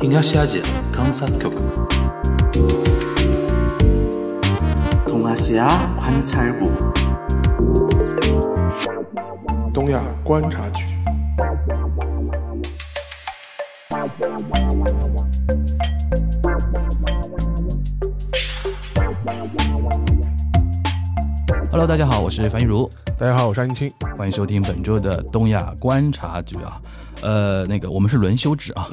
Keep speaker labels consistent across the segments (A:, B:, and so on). A: 東アジア観察局
B: 동아시아 관찰국
C: 东亚观察局。
D: Hello，大家好，我是樊玉茹，
C: 大家好，我是安青。
D: 欢迎收听本周的东亚观察局啊。呃，那个我们是轮休制啊，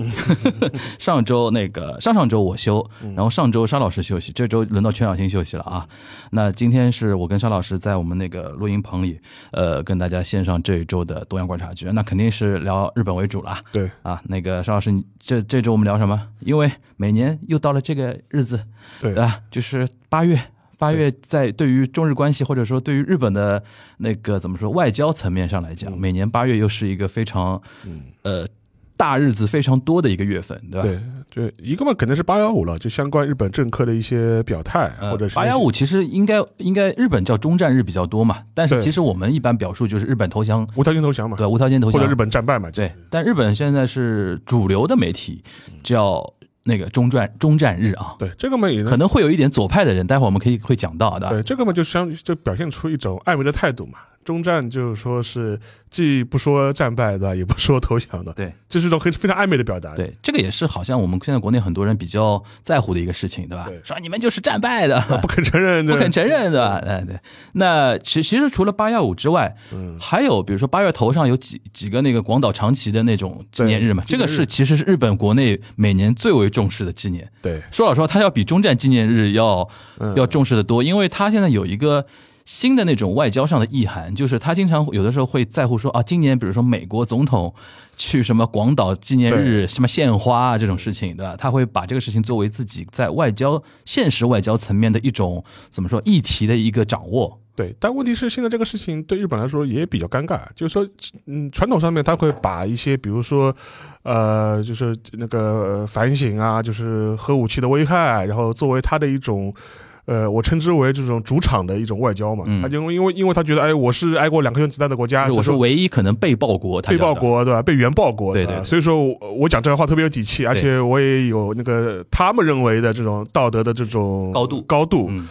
D: 上周那个上上周我休，然后上周沙老师休息，这周轮到全小新休息了啊。那今天是我跟沙老师在我们那个录音棚里，呃，跟大家献上这一周的东亚观察局，那肯定是聊日本为主了啊
C: 对，
D: 啊。那个沙老师，你这这周我们聊什么？因为每年又到了这个日子，
C: 对
D: 啊，就是八月。八月在对于中日关系或者说对于日本的那个怎么说外交层面上来
C: 嗯
D: 讲，每年八月又是一个非常呃大日子非常多的一个月份，对吧？
C: 对，就一个嘛，可能是八幺五了，就相关日本政客的一些表态，
D: 呃。
C: 或者是
D: 八幺五其实应该应该日本叫中战日比较多嘛，但是
C: 对
D: 其实我们一般表述就是日本投降，
C: 无条件投降嘛，
D: 对，无条件投
C: 或
D: 降
C: 者日本战败嘛，
D: 对，但日本现在是主流的媒体
C: 嗯
D: 叫那个中战中战日啊，
C: 对，这个嘛也能
D: 可能会有一点左派的人，待会儿我们可以会讲到的。啊
C: 对，这个嘛就相就表现出一种暧昧的态度嘛。中战就是说是既不说战败的，也不说投降的，
D: 对，
C: 这是一种很非常暧昧的表达。，
D: 对，这个也是好像我们现在国内很多人比较在乎的一个事情，对吧
C: 对？
D: 说你们就是战败的，
C: 不肯承认的，
D: 不肯承认的，哎对。那其其实除了八幺五之外，
C: 嗯，
D: 还有比如说八月头上有几几个那个广岛长崎的那种纪念日嘛，
C: 对
D: 这个
C: 纪念
D: 是其实是日本国内每年最为重视的纪念。
C: 对，
D: 说老实话，它要比中战纪念日要
C: 嗯
D: 要重视的多，因为它现在有一个。新的那种外交上的意涵，就是他经常有的时候会在乎说啊，今年比如说美国总统去什么广岛纪念日、什么献花啊这种事情，对吧？他会把这个事情作为自己在外交、现实外交层面的一种怎么说议题的一个掌握。
C: 对，但问题是现在这个事情对日本来说也比较尴尬，就是说，嗯，传统上面他会把一些，比如说，呃，就是那个呃反省啊，就是核武器的危害，然后作为他的一种。呃，我称之为这种主场的一种外交嘛，
D: 嗯
C: 他就因为因为他觉得，哎，我是挨过两颗原子弹的国家，
D: 就是我是
C: 说
D: 唯一可能被爆国，他
C: 被
D: 叫
C: 爆
D: 的，
C: 国对吧？被原爆国
D: 对
C: 吧
D: 对对
C: 所以说我我讲这个话特别有底气，而且我也有那个他们认为的这种道德的这种
D: 高度
C: 高度，
D: 嗯，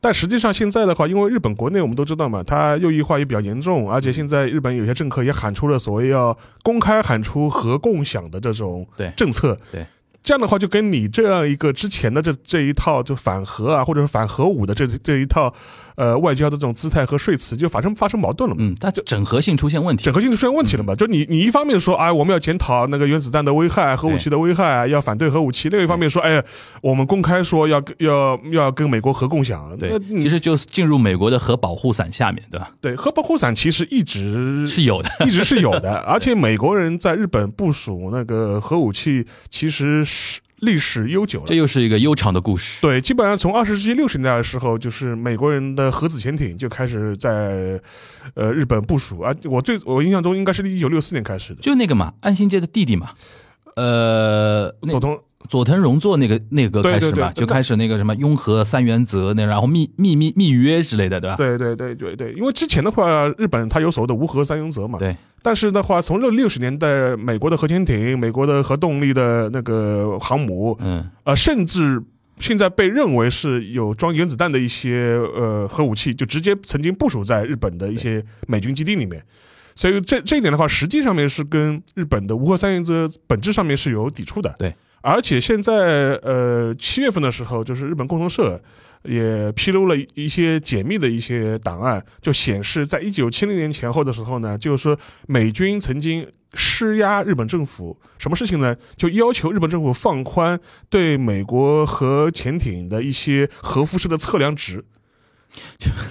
C: 但实际上现在的话，因为日本国内我们都知道嘛，它右翼化也比较严重，而且现在日本有些政客也喊出了所谓要公开喊出核共享的这种
D: 对
C: 政策。
D: 对
C: 这样的话就跟你这样一个之前的这这一套就反核啊，或者是反核武的这这一套，呃，外交的这种姿态和说辞就发生发生矛盾了嘛。
D: 嗯，它整合性出现问题
C: 整，合性就出现问题了
D: 嗯
C: 嘛？就你你一方面说，哎，我们要检讨那个原子弹的危害、核武器的危害，要反对核武器；另一方面说，哎，我们公开说要要要跟美国核共享。
D: 对
C: 那，你
D: 其实就是进入美国的核保护伞下面，对吧？
C: 对，核保护伞其实一直
D: 是有的，
C: 一直是有的，而且美国人在日本部署那个核武器，其实是历史悠久
D: 这
C: 了。
D: 又是一个悠长的故事。
C: 对，基本上从二十世纪六十年代的时候，就是美国人的核子潜艇就开始在呃日本部署啊。我最我印象中应该是一九六四年开始的，
D: 就那个嘛，安信街的弟弟嘛，呃，那
C: 佐藤
D: 佐藤荣作那个那个
C: 对
D: 开始
C: 对
D: 嘛，
C: 对
D: 就开始那个什么雍和三原则那，然后密密密密约之类的，对吧？
C: 对对对对对，因为之前的话，日本它有所谓的无核三原则嘛。
D: 对。
C: 但是的话，从六六十年代美国的核潜艇、美国的核动力的那个航母，
D: 嗯，
C: 呃，甚至现在被认为是有装原子弹的一些呃核武器，就直接曾经部署在日本的一些美军基地里面。所以这这一点的话，实际上面是跟日本的无核三原则本质上面是有抵触的。
D: 对，
C: 而且现在呃七月份的时候，就是日本共同社也披露了一一些解密的一些档案，就显示在一九七零年前后的时候呢，就是说美军曾经施压日本政府，什么事情呢？就要求日本政府放宽对美国核潜艇的一些核辐射的测量值。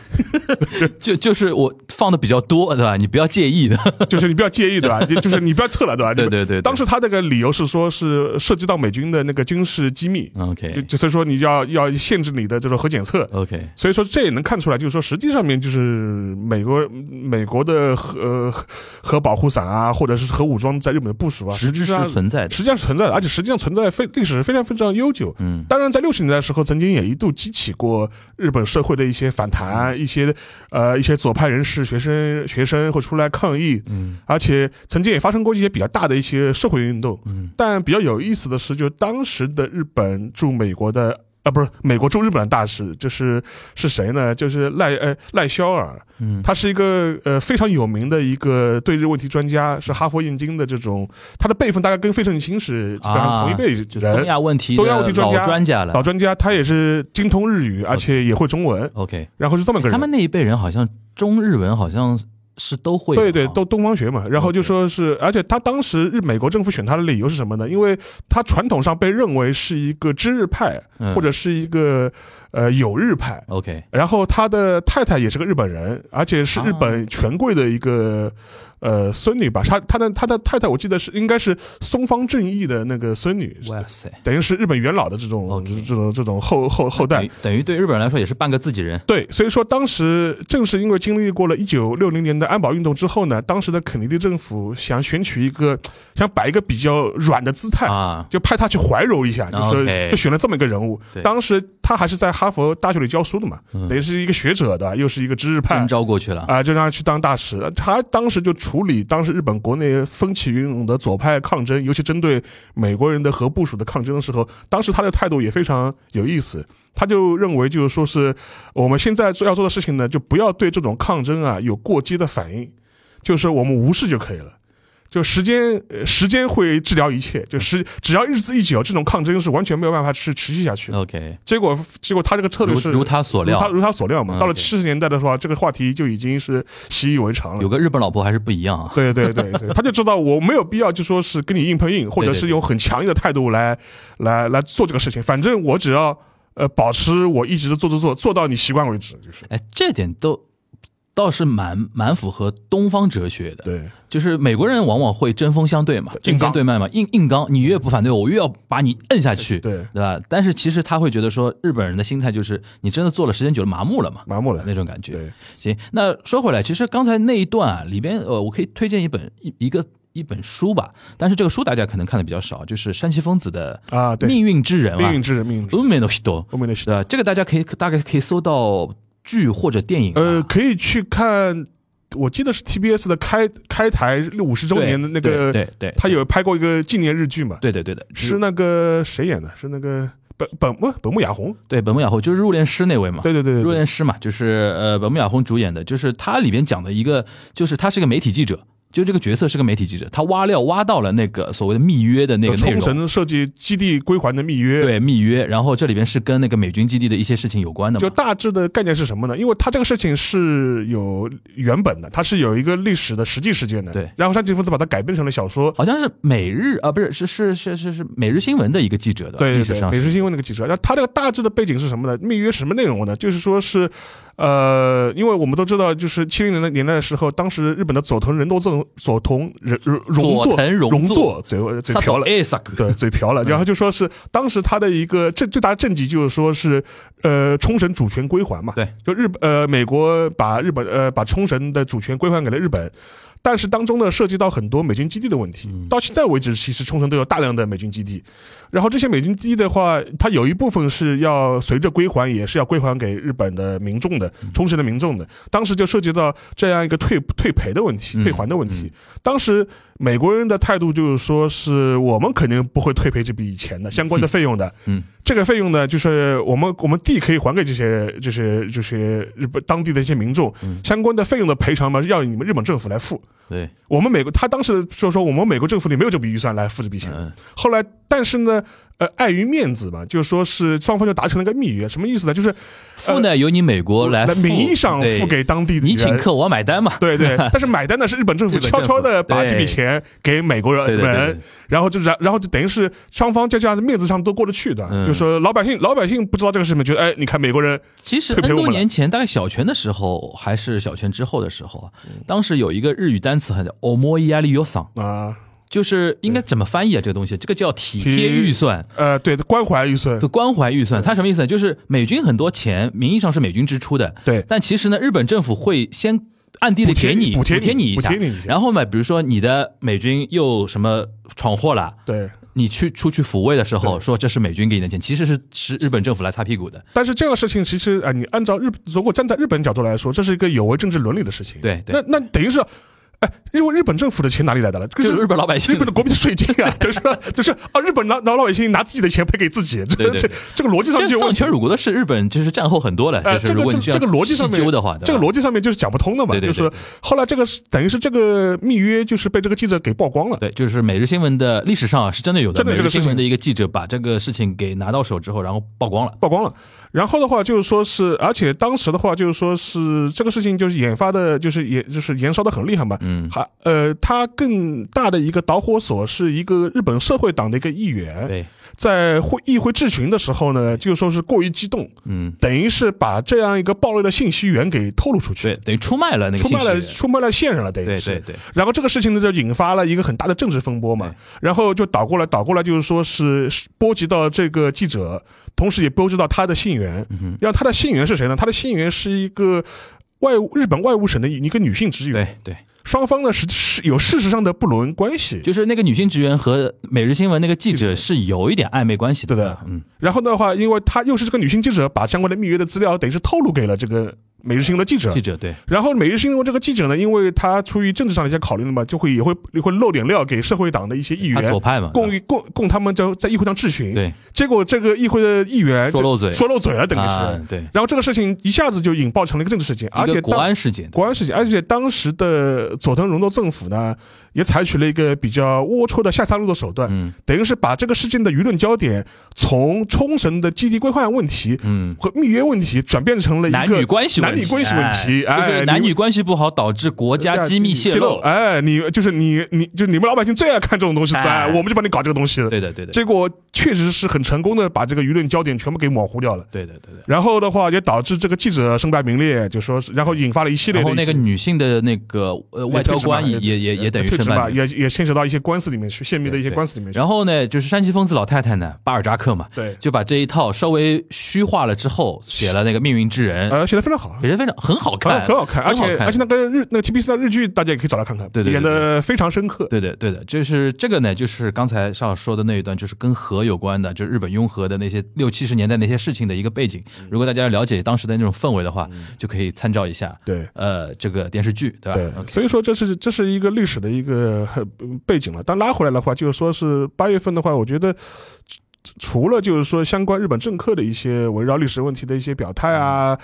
D: 就就是我放的比较多，对吧？你不要介意的。
C: 就是你不要介意，对 吧？就就是你不要测了，对吧？
D: 对对对对
C: 啊当时他那个理由是说，是涉及到美军的那个军事机密，就
D: OK
C: 就所以说你要要限制你的这种核检测。
D: OK，
C: 所以说这也能看出来，就是说实际上面就是美国美国的核呃核保护伞啊，或者是核武装在日本的部署啊，
D: 实质
C: 际上
D: 是存在的。
C: 实际上是存在的，而且实际上存在非历史是非常非常悠久。
D: 嗯，
C: 当然，在六十年代的时候，曾经也一度激起过日本社会的一些反弹，一一些呃一些左派人士、学生学生会出来抗议，
D: 嗯
C: 而且曾经也发生过一些比较大的一些社会运动。
D: 嗯
C: 但比较有意思的是，就是当时的日本驻美国的。啊，不是美国驻日本的大使，就是是谁呢？就是赖呃赖肖尔，
D: 嗯，
C: 他是一个呃非常有名的一个对日问题专家，是哈佛燕京的这种，他的辈分大概跟费正清是基本上同一辈
D: 啊就
C: 人，
D: 东亚问题
C: 东亚问题
D: 的
C: 专
D: 老
C: 家
D: 专家
C: 老
D: 了。
C: 专家，他也是精通日语，而且也会中文，
D: OK，
C: 然后是这么个人。
D: 他们那一辈人好像中日文好像是都会的啊，
C: 对对，都东方学嘛。然后就说是，而且他当时日美国政府选他的理由是什么呢？因为他传统上被认为是一个知日派，
D: 嗯
C: 或者是一个呃友日派。
D: OK，
C: 然后他的太太也是个日本人，而且是日
D: 哦
C: 本权贵的一个、呃孙女吧。他他的他的太太，我记得是应该是松方正义的那个孙女，
D: 哇塞，
C: 等于是日本元老的这种
D: OK 哎
C: 这种这种后后后代
D: 等于。等于对日本人来说也是半个自己人。
C: 对，所以说当时正是因为经历过了一九六零年的安保运动之后呢，当时的肯尼迪政府想选取一个，想摆一个比较软的姿态。
D: 啊，
C: 就派他去怀柔一下，就说
D: OK
C: 就选了这么一个人物
D: 对。
C: 当时他还是在哈佛大学里教书的嘛，
D: 嗯
C: 等于是一个学者的，又是一个知识派
D: 征召过去了。
C: 啊、就让他去当大使。他当时就处理当时日本国内风起云涌的左派抗争，尤其针对美国人的核部署的抗争的时候，当时他的态度也非常有意思。他就认为，就是说是我们现在做要做的事情呢，就不要对这种抗争啊有过激的反应，就是我们无视就可以了。就时间，呃时间会治疗一切。就时只要日子一久，这种抗争是完全没有办法是持续下去的。
D: OK，
C: 结果，结果他这个策略
D: 嗯如
C: 是
D: 如他所
C: 如他
D: 料，
C: 如他所料嘛，
D: 嗯
C: 到了
D: 对
C: 七十年代的时候，这个话题就已经是习以为常了。
D: 有个日本老婆还是不一样啊。
C: 对对对对，他就知道我没有必要就说是跟你硬碰硬，或者是用很强硬的态度来来来做这个事情。反正我只要呃保持我一直的做做做，做到你习惯为止，就是
D: 哎，这点都倒是蛮蛮符合东方哲学的。
C: 对
D: 就是美国人往往会针锋相对嘛，
C: 硬
D: 针
C: 刚
D: 尖对麦嘛，硬硬刚，你越不反对我，我越要把你摁下去，
C: 对，
D: 对吧？但是其实他会觉得说，日本人的心态就是你真的做了时间久了麻木了嘛，
C: 麻木了。
D: 那种感觉。
C: 对，
D: 行，那说回来，其实刚才那一段啊，里边呃，我可以推荐一本一一个一本书吧，但是这个书大家可能看的比较少，就是山崎丰子的
C: 啊，
D: 《
C: 对，
D: 命运之人》啊
C: 命，运之人，命运之人，
D: 運命の人
C: 后面的
D: 是吧？这个大家可以大概可以搜到剧或者电影啊吧。
C: 呃，可以去看，我记得是 TBS 的开开台五十周年的那
D: 对
C: 个，
D: 对对，
C: 他有拍过一个纪念日剧嘛，
D: 对对对的
C: 是那个谁演的？是那个本本木本木雅弘。
D: 对本木雅弘就是入殓师那位嘛。
C: 对对对对
D: 入
C: 对，
D: 殓师嘛，就是呃本木雅弘主演的，就是他里边讲的一个，就是他是个媒体记者，就这个角色是个媒体记者，他挖料挖到了那个所谓的密约的那个内
C: 冲
D: 容，
C: 绳设计基地归还的密约。
D: 对密约，然后这里边是跟那个美军基地的一些事情有关的
C: 就
D: 嘛，
C: 大致的概念是什么呢？因为它这个事情是有原本的，它是有一个历史的实际事件的。
D: 对
C: 然后山崎夫子把它改编成了小说。
D: 好像是每日啊不是是是是是是每日新闻的一个记者的，
C: 对
D: 历
C: 对
D: 史
C: 对，
D: 上
C: 美
D: 是
C: 食新闻那个记者。然后它这个大致的背景是什么呢？密约是什么内容呢？就是说是，呃，因为我们都知道，就是七零年代年代的时候，当时日本的佐藤仁多政佐藤仁呃荣
D: 佐藤荣
C: 荣作
D: 作
C: 嘴嘴瓢了，
D: 哎萨克
C: 对，嘴瓢了。然后就说是当时他的一个最最大的政绩就是说是，呃，冲绳主权归还嘛，
D: 对，
C: 就日呃美国把日本呃把冲绳的主权归还给了日本。但是当中呢，涉及到很多美军基地的问题。到现在为止，其实冲绳都有大量的美军基地，然后这些美军基地的话，它有一部分是要随着归还，也是要归还给日本的民众的，冲绳的民众的。当时就涉及到这样一个退退赔的问题，
D: 嗯
C: 退还的问题。当时美国人的态度就是说，是我们肯定不会退赔这笔钱的，相关的费用的。
D: 嗯，
C: 这个费用呢，就是我们我们地可以还给这些这些这些日本当地的一些民众，
D: 嗯
C: 相关的费用的赔偿嘛，要你们日本政府来付。
D: 对
C: 我们美国，他当时就说我们美国政府里没有这笔预算来付这笔钱。
D: 嗯
C: 后来，但是呢，呃，碍于面子嘛，就是说是双方就达成了一个密约，什么意思呢？就是
D: 付呢由你美国来付
C: 呃名义上
D: 对
C: 付给当地的
D: 你
C: 人
D: 请客我 买单嘛，
C: 对对，但是买单的是日本政府
D: 日本政
C: 悄
D: 府
C: 悄的把
D: 对
C: 这笔钱给美国人，
D: 对对对对对
C: 然后就然然后就等于是双方在这样的面子上都过得去的，
D: 嗯
C: 就说老百姓老百姓不知道这个事情，觉得哎，你看美国人
D: 其实
C: 退赔
D: N
C: 我们
D: 多
C: 了
D: 年前，大概小泉的时候，还是小泉之后的时候啊，
C: 嗯
D: 当时有一个日语单词很叫 “omo i a l i y o s a n
C: 啊
D: 就是应该怎么翻译啊？这个东西，这个叫体贴预算。
C: 呃对关怀预算
D: 就关怀预算，它什么意思呢？就是美军很多钱名义上是美军支出的，
C: 对
D: 但其实呢，日本政府会先暗地里给你
C: 补贴
D: 贴
C: 你
D: 一下
C: 补贴你一下
D: 然后嘛，比如说你的美军又什么闯祸了，
C: 对
D: 你去出去抚慰的时候说这是美军给你的钱，其实是是日本政府来擦屁股的。
C: 但是这个事情其实啊、你按照日如果站在日本角度来说，这是一个有违政治伦理的事情。
D: 对对
C: 那那等于是，哎，因为日本政府的钱哪里来的了？这
D: 就
C: 个
D: 是日本老百姓
C: 日本的国民的税金啊， 就是就是啊，日本拿拿老百姓拿自己的钱赔给自己，这
D: 对对
C: 这这个逻 辑上
D: 这
C: 就有
D: 丧
C: 问题
D: 权。辱国的是日本，就是战后很多了，
C: 哎，
D: 就是
C: 这
D: 如
C: 个
D: 果
C: 这
D: 你
C: 个这个
D: 样
C: 逻辑上
D: 细
C: 面
D: 究的话，对吧
C: 这个逻辑上面就是讲不通的嘛，
D: 对对
C: 就
D: 对
C: 是后来这个是等于是这个密约就是被这个记者给曝光了，
D: 对，就是每日新闻的历史上啊是真的有的，
C: 真的
D: 每
C: 有这
D: 日
C: 个事
D: 新
C: 情
D: 闻的一个记者把这个事情给拿到手之后，然后曝光了。
C: 曝光了。然后的话就是说是，而且当时的话就是说是这个事情就是引发的，就是也就是燃烧的很厉害嘛。
D: 嗯，
C: 还呃，他更大的一个导火索是一个日本社会党的一个议员，
D: 对，
C: 在会议会质询的时候呢，就说是过于激动，
D: 嗯，
C: 等于是把这样一个暴力的信息源给透露出
D: 对
C: 去，，
D: 等于出卖了那个
C: 出
D: 信
C: 卖
D: 息
C: 了
D: 源。
C: 出卖了线人了，等于
D: 对
C: 是。
D: 对对，
C: 然后这个事情呢，就引发了一个很大的政治风波嘛
D: 对。
C: 然后就倒过来，倒过来就是说是是波及到这个记者，同时也波及到他的信源。
D: 嗯
C: 然后他的信源是谁呢？他的信源是一个外务日本外务省的一个女性职员。
D: 对对，
C: 双方呢是是有事实上的不伦关系。
D: 就是那个女性职员和每日新闻那个记者是有一点暧昧关系的。
C: 对的
D: 嗯，
C: 然后的话，因为他又是这个女性记者，把相关的密约的资料等于是透露给了这个每日新闻的记者
D: 记。者对，
C: 然后每日新闻这个记者呢，因为他出于政治上的一些考虑呢嘛，就会也会也会漏点料给社会党的一些议
D: 他
C: 员
D: 左。派嘛，
C: 供供供他们在在议会上质询，
D: 对，
C: 结果这个议会的议员
D: 说
C: 就
D: 漏嘴
C: 说漏嘴了，等于是。
D: 啊，对，
C: 然后这个事情一下子就引爆成了一个政治事件，而
D: 一
C: 且
D: 个国
C: 当
D: 安事件，
C: 国安事件，而且当时的佐藤荣作政府呢，也采取了一个比较龌龊的下三路的手段，
D: 嗯
C: 等于是把这个事件的舆论焦点从冲绳的基地规范问题
D: 嗯。
C: 和密约问题转变成了一个
D: 男女关系问
C: 男
D: 题，
C: 女关系问题，
D: 哎就是
C: 哎，
D: 男
C: 你
D: 女关系不好导致国家机密泄露。
C: 哎，你就是你你就你们老百姓最爱看这种东西，
D: 哎
C: 哎，我们就帮你搞这个东西，
D: 对的，对的，
C: 结果确实是很成功的把这个舆论焦点全部给模糊掉了。
D: 对的，对的。
C: 然后的话，也导致这个记者身败名裂，就说是，然后引发了一系列
D: 然
C: 的一些。
D: 后那个女性的那个呃外交官也
C: 退职嘛
D: 也也也等于
C: 退
D: 身
C: 职
D: 败
C: 呃吧，
D: 名裂。
C: 也也牵扯到一些官司里面去，泄密的一些
D: 对
C: 官司里面去。
D: 然后呢，就是山西疯子老太太呢，巴尔扎克嘛，
C: 对，
D: 就把这一套稍微虚化了之后，写了那个《命运之人》，
C: 呃，写的非常好，
D: 写得非常很好
C: 很好
D: 看，
C: 很好看，而且
D: 很好
C: 而且那个日那个 TBC 的日剧，大家也可以找来看看，
D: 对对对
C: 演的非常深刻。
D: 对的，对的，就是这个呢，就是刚才邵老师说的那一段，就是跟核有关的，就是日本拥核的那些六七十年代那些事情的一个背景。如果大家了解当时的那种氛围的话，就可以参照一下，
C: 对
D: 呃，这个电视剧，对吧
C: 对
D: OK
C: 所以说这是这是一个历史的一个呃背景了。但拉回来的话，就是说是八月份的话，我觉得除除了就是说相关日本政客的一些围绕历史问题的一些表态
D: 嗯
C: 啊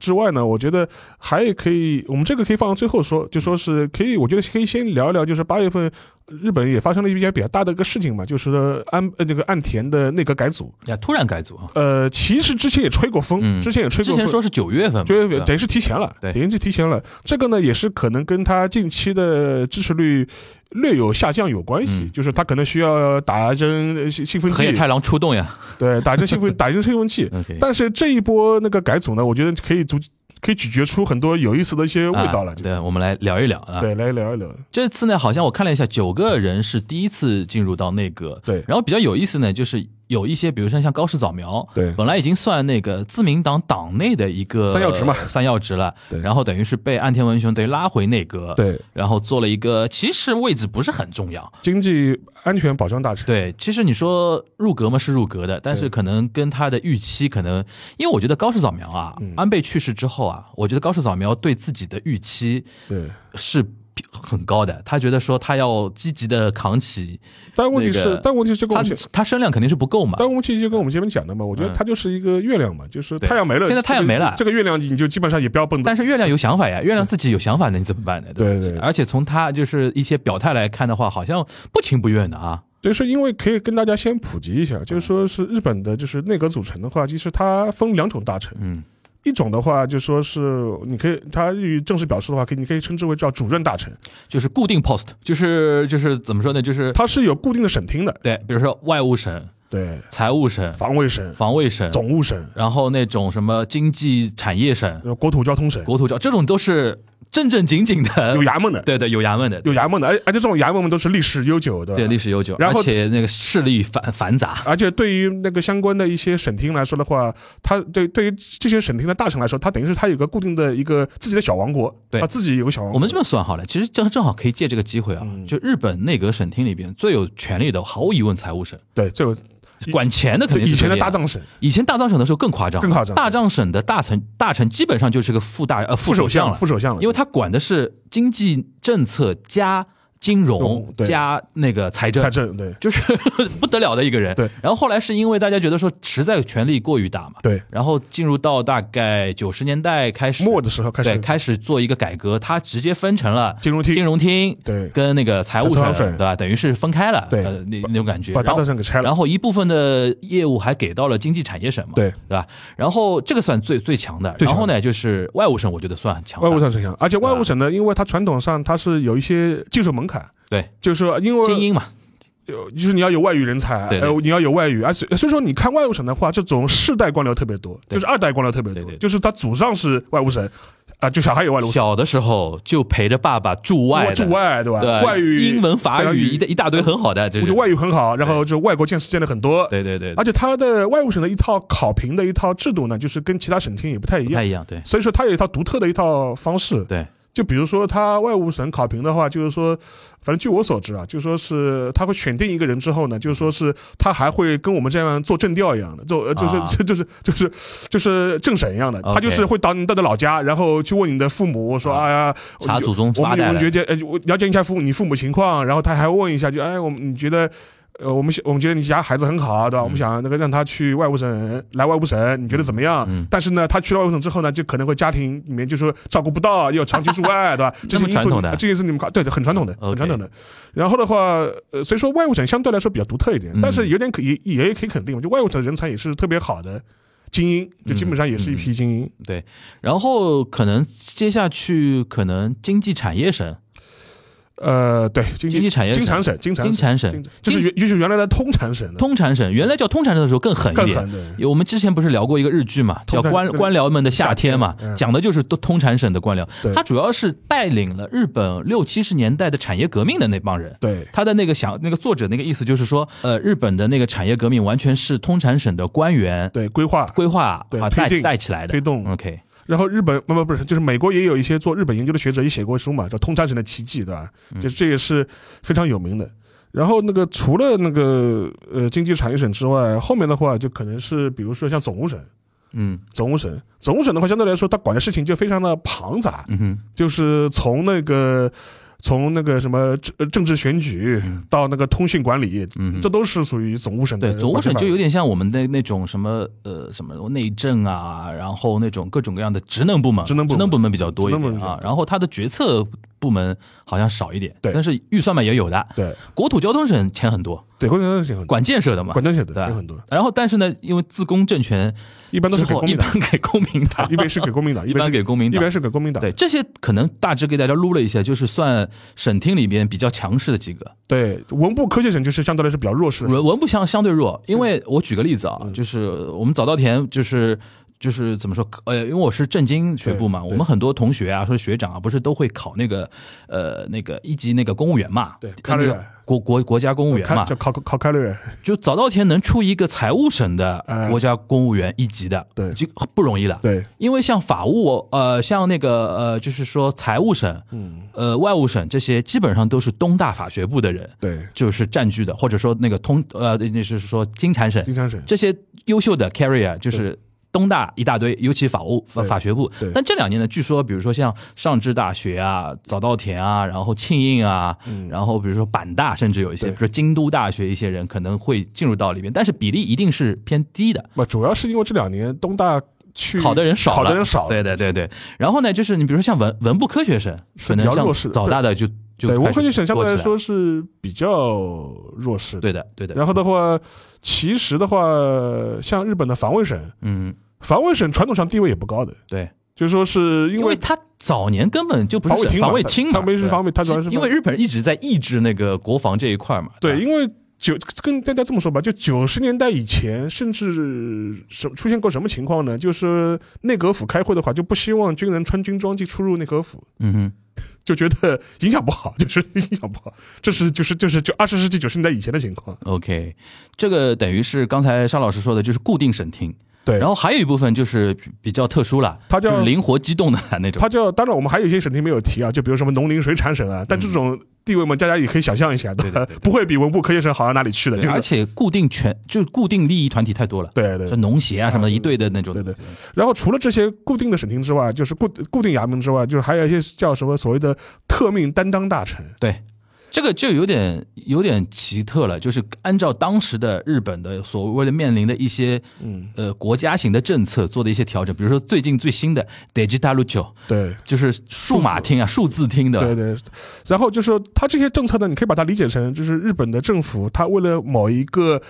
C: 之外呢，我觉得还也可以，我们这个可以放到最后说，就说是可以，我觉得可以先聊一聊，就是八月份日本也发生了一件比较大的一个事情嘛，就是说安呃那个岸田的内阁改组。
D: 呀，突然改组啊，
C: 呃，其实之前也吹过风，
D: 嗯
C: 之前也吹
D: 之
C: 过风，
D: 前说嗯是九月份嘛，
C: 就
D: 对吧
C: 等于是提前了，
D: 对
C: 等于是提前了。这个呢，也是可能跟他近期的支持率略有下降有关系，
D: 嗯
C: 就是他可能需要打一针呃兴兴奋
D: 河野
C: 剂，
D: 太郎出动呀
C: 对，打一针兴 奋，打一针兴奋剂。
D: ，OK，
C: 但是这一波那个改组呢，我觉得可以逐可以咀嚼出很多有意思的一些味道了，
D: 啊
C: 就
D: 对，我们来聊一聊啊，
C: 对，来聊一聊。
D: 这次呢，好像我看了一下，九个人是第一次进入到内阁。
C: 对
D: 然后比较有意思呢，就是有一些，比如说像高市早苗，
C: 对
D: 本来已经算那个自民党党内的一个
C: 三要职嘛
D: 三要职了。
C: 对
D: 然后等于是被岸田文雄等于拉回内阁。。
C: 对，
D: 然后做了一个，其实位置不是很重要。
C: 经济安全保障大臣，
D: 对，其实你说入阁嘛是入阁的，但是
C: 对
D: 可能跟他的预期可能，因为我觉得高市早苗啊，
C: 嗯
D: 安倍去世之后啊，我觉得高市早苗对自己的预期
C: 对。
D: 是很高的，他觉得说他要积极的扛起，
C: 但问题是，
D: 那个
C: 但问题是这个
D: 他
C: 问题。
D: 他声量肯定是不够嘛。
C: 但问题就跟我们前面讲的嘛，我觉得
D: 嗯
C: 它就是一个月亮嘛，就是
D: 对
C: 太阳没了，
D: 现在太阳
C: 这个
D: 没了
C: 这个月亮你就基本上也不要蹦。
D: 但是月亮有想法呀，月亮自己有想法，那你怎么办呢？吧
C: 对对
D: 而且从他就是一些表态来看的话，好像不情不愿的啊。
C: 对，是因为可以跟大家先普及一
D: 嗯
C: 下，就是说是日本的，就是内阁组成的话，其实它分两种大臣，
D: 嗯，
C: 一种的话就说是你可以，它日语正式表示的话，可以你可以称之为叫主任大臣，
D: 就是固定 post，就是就是怎么说呢？就是
C: 它是有固定的省厅的，
D: 对，比如说外务省、
C: 对，
D: 财务省、
C: 防卫省、
D: 防卫省，
C: 总务省、
D: 然后那种什么经济产业省、
C: 呃国土交通省，
D: 国土交这种都是正正经经的
C: 有，衙门的，
D: 对对，有衙门的，
C: 有衙门的，而哎而且这种衙门都是历史悠久的，
D: 对历史悠久，
C: 然后
D: 而且那个势力繁繁杂，
C: 而且对于那个相关的一些省厅来说的话，它对对于这些省厅的大臣来说，它等于是它有个固定的一个自己的小王国，
D: 对
C: 它自己有个小王国。
D: 我们这么算好了，其实正正好可以借这个机会啊，
C: 嗯
D: 就日本内阁省厅里边最有权力的，毫无疑问财务省，
C: 对这个
D: 管钱的肯
C: 对
D: 定是
C: 以前的
D: 这样
C: 大藏省，
D: 以前大藏省的时候更夸张，
C: 更夸张
D: 大藏省的大臣大臣基本上就是个副大呃
C: 副
D: 首
C: 首
D: 相
C: 相，嗯
D: 了
C: 副，首相了，
D: 因为他管的是经济政策加金融
C: 融对
D: 加那个财政
C: 财。政对
D: 就是 不得了的一个人，
C: 对。
D: 然后后来是因为大家觉得说实在权力过于大嘛，
C: 对
D: 然后进入到大概九十年代开始，
C: 末的时候开
D: 对，
C: 始
D: 开始做一个改革，它直接分成了
C: 金融厅
D: 金融厅
C: 对
D: 跟那个财务
C: 财
D: 省，
C: 务省
D: 对吧？等于是分开了，
C: 对
D: 呃、那那种感觉。
C: 把
D: 然
C: 大
D: 后
C: 藏省给拆了
D: 然，后一部分的业务还给到了经济产业省嘛，
C: 对
D: 对吧？然后这个算最最强的，
C: 最
D: 然
C: 强的
D: 后呢就是外务省，我觉得算很强的，
C: 外务省是这样，而
D: 啊
C: 且外务省呢，因为它传统上它是有一些技术门槛，
D: 对
C: 就是说因为
D: 精英嘛，
C: 有就是你要有外语人才，
D: 对对
C: 呃，你要有外语，而且所以说你看外务省的话，这种世代官僚特别多，
D: 对
C: 就是二代官僚特别多，
D: 对对
C: 就是他祖上是外务省，啊、就小孩有外务省，
D: 小的时候就陪着爸爸驻外的，
C: 驻外对吧？
D: 对
C: 外语、
D: 英文、法
C: 法
D: 语
C: 语
D: 一大一大堆很好的，这
C: 我
D: 是
C: 觉得外语很好，然后就外国见识见了很多，
D: 对对对，
C: 而且他的外务省的一套考评的一套制度呢，就是跟其他省厅也不太一
D: 不太
C: 样。
D: 一样，对
C: 所以说，它有一套独特的一套方式，
D: 对
C: 就比如说，他外务省考评的话，就是说，反正据我所知啊，就是说是他会选定一个人之后呢，就是说是他还会跟我们这样做政调一样的，做呃就是、
D: 啊
C: 就是就是就是政审一样的，
D: OK
C: 他就是会到你到你的老家，然后去问你的父母说，
D: 啊
C: 哎呀，我
D: 查祖宗
C: 我
D: 八
C: 们
D: 代
C: 我
D: 了
C: 们觉得呃，我了解一下父你父母情况，然后他还问一下，就哎，我们你觉得。呃，我们想我们觉得你家孩子很好，
D: 嗯
C: 对吧？我们想那个让他去外务省，来外务省，你觉得怎么样？
D: 嗯
C: 但是呢，他去了外务省之后呢，就可能会家庭里面就说照顾不到，又长期驻外，对 吧？这
D: 这
C: 些
D: 么
C: 因素
D: 传统的哦
C: 这些是你们搞对对，很传统的，
D: OK
C: 很传统的。然后的话，呃，所以说外务省相对来说比较独特一点
D: 嗯，
C: 但是有点可也也可以肯定，就外务省人才也是特别好的精英，就基本上也是一批精英。
D: 对。然后可能接下去可能经济产业省，
C: 呃，对，经
D: 经济产业省
C: 经产省，经产
D: 经产省
C: 经就是原就是原来的通产省的，
D: 通产省，原来叫通产省的时候更狠一
C: 更
D: 点
C: 狠。对。
D: 有我们之前不是聊过一个日剧嘛，
C: 通
D: 叫《
C: 产
D: 官
C: 对
D: 官僚们的夏天》嘛
C: 夏，天嗯
D: 讲的就是都通产省的官僚
C: 对，
D: 他主要是带领了日本六七十年代的产业革命的那帮人。
C: 对，
D: 他的那个想那个作者那个意思就是说，呃，日本的那个产业革命完全是通产省的官员
C: 对，规划。
D: 规嗯划
C: 对
D: 啊
C: 推
D: 带
C: 进
D: 带起来的
C: 推动
D: OK，
C: 然后日本不不不是，就是美国也有一些做日本研究的学者也写过书嘛，叫《通产省的奇迹》，对吧？
D: 嗯
C: 就是这也是非常有名的。然后那个除了那个呃经济产业省之外，后面的话就可能是比如说像总务省，
D: 嗯
C: 总务省，总务省的话相对来说，它管的事情就非常的庞杂，
D: 嗯哼，
C: 就是从那个从那个什么政呃政治选举到那个通讯管理，
D: 嗯
C: 这都是属于总务省的管
D: 对，总
C: 辖
D: 务
C: 范围。
D: 省就有点像我们的那种什么呃什么内政啊，然后那种各种各样的职能部门，
C: 职能部门
D: 门比较多一
C: 职能部
D: 点
C: 门比
D: 啊
C: 较。
D: 然后它的决策部门好像少一点，
C: 对
D: 但是预算嘛也有的。
C: 对
D: 国土交通省钱很多，
C: 对，管政省很多，
D: 管建设的嘛，
C: 管政省
D: 对啊
C: 的
D: 吧
C: 有很多，
D: 然后但是呢，因为自公政权
C: 一般都
D: 之
C: 是给
D: 后，
C: 公
D: 一
C: 民党，
D: 般给公民党，
C: 一边是给公民党，
D: 一
C: 边
D: 般
C: 是
D: 给公民
C: 一
D: 党
C: 边。是给国民党。
D: 对这些可能大致给大家撸了一下，就是算省厅里边比较强势的几个，
C: 对文部科学省就是相对来嗯说比较弱势的，
D: 文文部相相对弱，因为我举个例子啊，就是我们早稻田就是。就是怎么说？呃，因为我是政经学部嘛，
C: 对
D: 我们很多同学啊，说学长啊，不是都会考那个，呃，那个一级那个公务员嘛，
C: 对
D: 呃
C: 开了
D: 那个
C: 个
D: 国国国家公务员
C: 开
D: 嘛
C: 就，考考开略，
D: 就早稻田能出一个财务省的
C: 哎
D: 国家公务员一级的，
C: 对
D: 就不容易了。
C: 对，
D: 因为像法务，呃，像那个呃，就是说财务省，
C: 嗯，
D: 呃，外务省这些，基本上都是东大法学部的人，
C: 对，
D: 就是占据的，或者说那个通呃，那是说金产省
C: 金三省，
D: 这些优秀的 carrier 就是。东大一大堆，尤其法务法
C: 对
D: 法学部
C: 对。
D: 但这两年呢，据说比如说像上智大学啊、早稻田啊，然后庆应啊，然后比如说板大，甚至有一些，
C: 对
D: 比如说京都大学一些人可能会进入到里边，但是比例一定是偏低的。
C: 不，主要是因为这两年东大去
D: 考的人少了，
C: 考的人少，
D: 对对对对。然后呢，就是你比如说像文文部科学省，
C: 是
D: 可能
C: 比较弱势
D: 像
C: 的
D: 早大的就就
C: 对，文
D: 开始
C: 科学省相对来
D: 多起
C: 说是比较弱势的。
D: 来，对的对的，
C: 然后的话，其实的话，像日本的防卫省，
D: 嗯，
C: 防卫省传统上地位也不高的，
D: 对，
C: 就是说是
D: 因
C: 因为
D: 他早年根本就不
C: 防
D: 是
C: 卫
D: 省
C: 厅
D: 防卫厅嘛，
C: 防卫是
D: 对
C: 防卫，它主要是
D: 因为
C: 防
D: 日本人一直在抑制那个国防这一块嘛，
C: 对，
D: 吧
C: 因为九跟大家这么说吧，就九十年代以前，甚至什出现过什么情况呢？就是内阁府开会的话，就不希望军人穿军装进出入内阁府，
D: 嗯哼，
C: 就觉得影响不好， 就是影响不好。这是就是就是就二十世纪九十年代以前的情况。
D: OK，这个等于是刚才沙老师说的，就是固定审听。
C: 对，啊
D: 然后还有一部分就是比比较特殊了，
C: 它叫
D: 就是灵活机动的 那种。
C: 它叫当然我们还有一些审题没有提啊，就比如什么农林水产省
D: 嗯
C: 啊，但这种地位嘛，大家也可以想象一下的，不会比文部科学省好到哪里去的。
D: 对
C: 就是
D: 而且固定权就固定利益团体太多了，
C: 对对
D: 就农协啊什么
C: 啊
D: 一队的那种。
C: 对对。然后除了这些固定的省厅之外，就是固固定衙门之外，就是还有一些叫什么所谓的特命担当大臣。
D: 对，这个就有点有点奇特了，就是按照当时的日本的所谓的面临的一些
C: 嗯，
D: 呃国家型的政策做的一些调整，比如说最近最新的 Digital Lucio，
C: 对。
D: 就是数码厅啊、数字厅
C: 对
D: 的，
C: 对，然后就是他这些政策呢，你可以把它理解成就是日本的政府，他为了某一个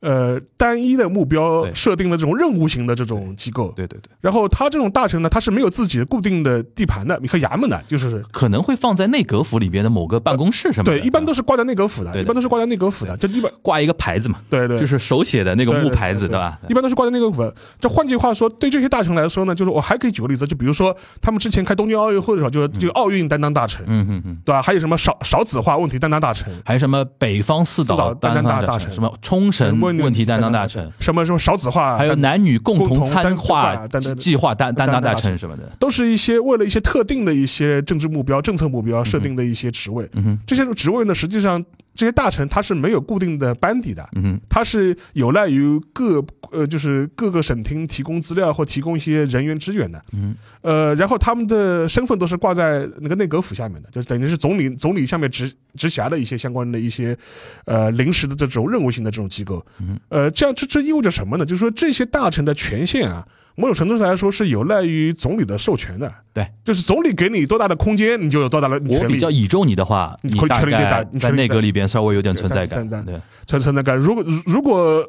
C: 呃单一的目标
D: 对
C: 设定的这种任务型的这种机构，
D: 对对对，
C: 然后他这种大臣呢，他是没有自己的固定的地盘的，你和衙门的，就是
D: 可能会放在内阁府里边的某个办公室什么的。
C: 对，一般都
D: 是
C: 是挂在内阁府的，
D: 对
C: 一般都是挂在内阁府的，就一般
D: 挂一个牌子嘛，
C: 对对，
D: 就是手写的啊那个木牌子，
C: 对对对
D: 对吧？
C: 一般都是挂在内阁府的。这换句话说，对这些大臣来说呢，就是我还可以举个例子，就比如说他们之前开东京奥运会的时候，就就奥运担当大臣，
D: 嗯嗯嗯。
C: 对吧？还有什么少少子化问题担当大臣，
D: 还有什么北方四岛
C: 四岛担当大
D: 大
C: 臣
D: 什么冲绳问题担当大臣，
C: 什么什么少子化，
D: 还有男女共同参
C: 啊共同
D: 画
C: 参画担当
D: 计划担
C: 担
D: 担当
C: 当
D: 大
C: 大
D: 臣
C: 臣
D: 什么的。
C: 都是一些为了一些特定的一些政治目标、政策目标设定的一些职位。
D: 嗯哼，
C: 这些职位呢，实际上这些大臣他是没有固定的班底的，
D: 嗯哼，
C: 它是有赖于各呃，就是各个省厅提供资料或提供一些人员支援的。
D: 嗯，
C: 呃，然后他们的身份都是挂在那个内阁府下面的，就是等于是总理总理下面直直辖的一些相关的一些呃临时的这种任务性的这种机构。
D: 嗯，
C: 呃，这样这这意味着什么呢？就是说这些大臣的权限啊，某种程度上来说是有赖于总理的授权的。
D: 对，
C: 就是总理给你多大的空间，你就有多大的权利。
D: 我比较倚重你的话，
C: 你
D: 你
C: 可以
D: 大
C: 权力越大
D: 概
C: 你
D: 在
C: 权力
D: 内
C: 越大
D: 阁里边稍微有点存在
C: 对
D: 感。
C: 担当
D: 对，
C: 存存在感。如果如果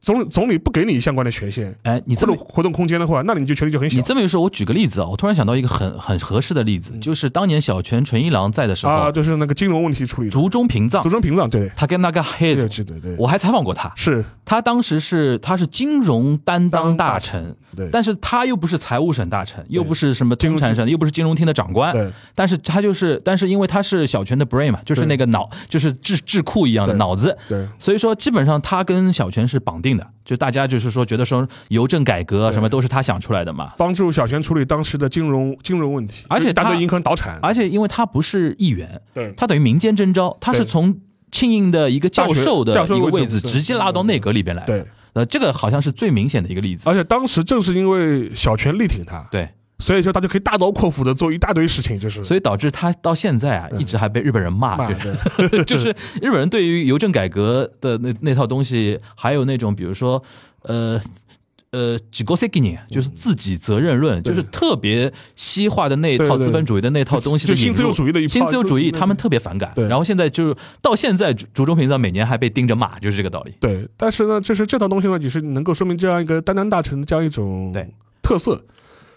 C: 总总理不给你相关的权限，
D: 哎，你
C: 活
D: 这
C: 动
D: 么
C: 活动空间的话，那你就权力就很小
D: 你这么一说，我举个例子啊，我突然想到一个很很合适的例子，就是当年小泉纯一郎在的时
C: 嗯啊，
D: 候，
C: 就是那个金融问题处理的，
D: 竹中平藏
C: 组，装屏障，对，
D: 他跟那个
C: 对
D: head，
C: 对对对，
D: 我还采访过他，
C: 是
D: 他当时是他是金融担当大臣，
C: 对，
D: 但是他又不是财务省大臣，又不是什么中产省，又不是金融厅的长官，
C: 对
D: 但是他就是，但是因为他是小泉的 brain 嘛，就是
C: 对
D: 那个脑，就是智智库一样的
C: 对
D: 脑子。
C: 对
D: 所以说，基本上他跟小泉是绑定的，就大家就是说，觉得说邮政改革啊
C: 对
D: 什么都是他想出来的嘛。
C: 帮助小泉处理当时的金融金融问题，
D: 而且
C: 大
D: 他
C: 对银行倒产，
D: 而且，因为他不是议员，
C: 对
D: 他等于民间征召，他是
C: 对
D: 从庆应的一个教授的
C: 大学教授
D: 一个
C: 位置
D: 位置
C: 对
D: 直接拉到内阁里边来。
C: 对，
D: 呃，这个好像是最明显的一个例子。
C: 而且当时正是因为小泉力挺他，
D: 对，
C: 所以说他就可以大刀阔斧的做一大堆事情，就是
D: 所以导致他到现在啊，
C: 嗯
D: 一直还被日本人骂，
C: 骂
D: 就
C: 对
D: 是。就是日本人对于邮政改革的那那套东西，还有那种比如说，呃。呃，几个 s e g i 就是自己责任论，就
C: 对
D: 是特别西化的那一
C: 对
D: 套
C: 对
D: 资本主义的那套东西的
C: 就新
D: 引入
C: 自由主义的一
D: 新自由主义
C: 就是
D: 他们特别反感。
C: 对
D: 然后现在就是到现在，竹竹中平藏每年还被盯着骂，就是这个道理。
C: 对，但是呢，就是这套东西呢，也是能够说明这样一个担当大臣的这样一种
D: 对
C: 特色。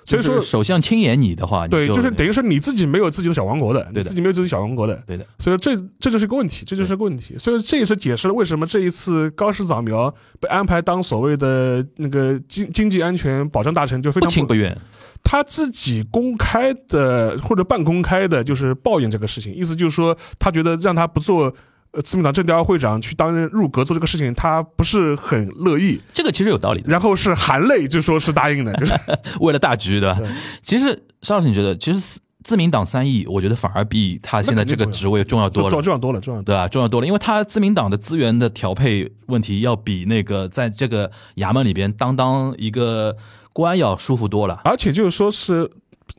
C: 所以
D: 就
C: 说
D: 是，首相亲眼你的话，你
C: 对，
D: 就
C: 就是等于是你自己没有自己的小王国的，你
D: 对的
C: 自己没有自己小王国的，
D: 对的。
C: 所以这这就是个问题，这就是个问题。所以这也是解释了为什么这一次高市早苗被安排当所谓的那个经经济安全保障大臣，就非
D: 不
C: 常
D: 情不愿。
C: 他自己公开的或者半公开的，就是抱怨这个事情，意思就是说他觉得让他不做。呃，自民党政调会长去担任入阁做这个事情，他不是很乐意。
D: 这个其实有道理的，
C: 然后是含泪就说是答应的，就是
D: 为了大局，对吧
C: 对？
D: 其实，邵老师，你觉得其实自自民党三亿，我觉得反而比他现在这个
C: 那肯定重要
D: 职位重要多了
C: 重。重要多了，重要多了。
D: 对啊，重要多了，因为他自民党的资源的调配问题要比那个在这个衙门里边当当一个官要舒服多了。
C: 而且就是说是呃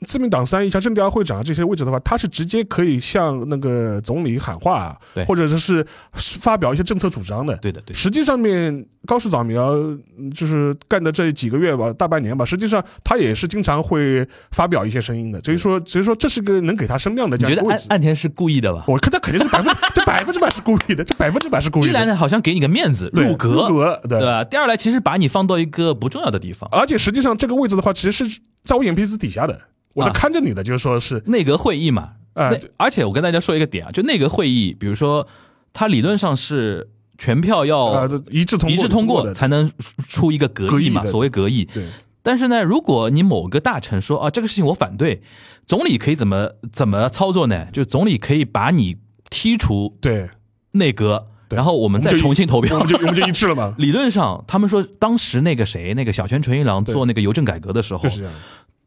C: 自民党三亿像政调会长这些位置的话，他是直接可以向那个总理喊话啊
D: 对，
C: 或者说是发表一些政策主张的。
D: 对的，对的，
C: 实际上面，高市早苗嗯就是干的这几个月吧，大半年吧，实际上他也是经常会发表一些声音的。所以说，所以说这是个能给他声量的
D: 你
C: 这样一个
D: 觉得
C: 位
D: 岸
C: 置。
D: 岸田是故意的吧？
C: 我看他肯定是百分 这百分之百是故意的，这百分之百是故
D: 一
C: 意
D: 来
C: 的。
D: 呢，好像给你个面子，
C: 对
D: 入阁，
C: 阁对
D: 对吧？第二来，其实把你放到一个不重要的地方，
C: 而且实际上这个位置的话，其实是在我眼皮子底下的，我在
D: 啊
C: 看着你的，就是说是，
D: 内阁会议嘛。
C: 哎
D: 啊那而且我跟大家说一个点啊，就内阁会议，比如说它理论上是全票
C: 啊
D: 要，
C: 这一致通
D: 哦一
C: 过
D: 致通过
C: 的，
D: 才能出一个
C: 格
D: 格
C: 议
D: 议嘛，
C: 的
D: 所谓格议。
C: 对，
D: 但是呢，如果你某个大臣说啊，这个事情我反对，总理可以怎么怎么操作呢？就总理可以把你剔除
C: 对，
D: 内阁，
C: 对
D: 然后我们
C: 我
D: 再
C: 们就
D: 重新投
C: 我
D: 票，
C: 们。就我们就一致了嘛
D: 理论上，他们说当时那个谁，那个小泉纯一郎
C: 对
D: 做那个邮政改革的时候
C: 就，是这样，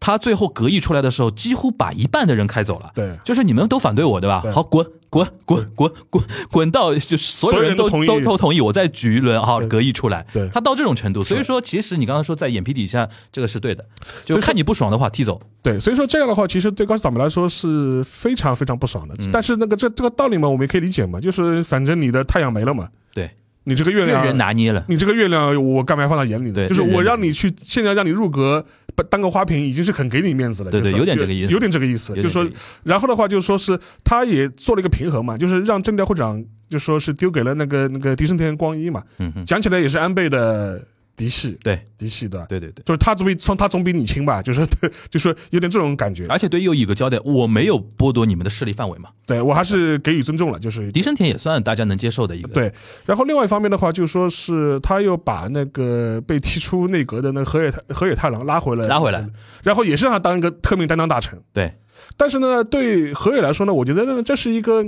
D: 他最后格议出来的时候，几乎把一半的人开走了。
C: 对
D: 就是你们都反对我，对吧？
C: 对
D: 好，滚滚滚滚滚滚到就是所有人都
C: 所有人都同意
D: 都同意，我再举一轮啊，
C: 对
D: 格议出来。
C: 对
D: 他到这种程度，所以说其实你刚刚说在眼皮底下这个是对的，就看你不爽的话踢走。
C: 对，所以说这样的话，其实对高市党们来说是非常非常不爽的。
D: 嗯
C: 但是那个这这个道理嘛，我们也可以理解嘛，就是反正你的太阳没了嘛，
D: 对，
C: 你这个月
D: 被
C: 亮
D: 人拿捏了。
C: 你这个月亮，我干嘛要放到眼里呢？
D: 对
C: 就是
D: 对对
C: 我
D: 对
C: 让你去，现在让你入阁，不当个花瓶，已经是很给你面子了。
D: 对对
C: 就是
D: 有点这个意思
C: 有点这个意思。
D: 有点
C: 就是说
D: 这个意，思
C: 然后的话，就是说是他也做了一个平衡嘛，就是让政调会长就说是丢给了那个那个迪生天光一嘛，
D: 嗯哼，
C: 讲起来也是安倍的嫡系，
D: 对
C: 嫡系的，
D: 对对对。
C: 就是他总比从他总比你轻吧， 就是就是有点这种感觉。
D: 而且对右翼有个交代，我没有剥夺你们的势力范围嘛。
C: 对我还是给予尊重了，就是
D: 迪生田也算大家能接受的一个。
C: 对然后另外一方面的话，就是说是他又把那个被踢出内阁的那个河野太河野太郎拉回来，
D: 拉回来，
C: 然后也是让他当一个特命担当大臣。
D: 对
C: 但是呢，对河野来说呢，我觉得呢这是一个，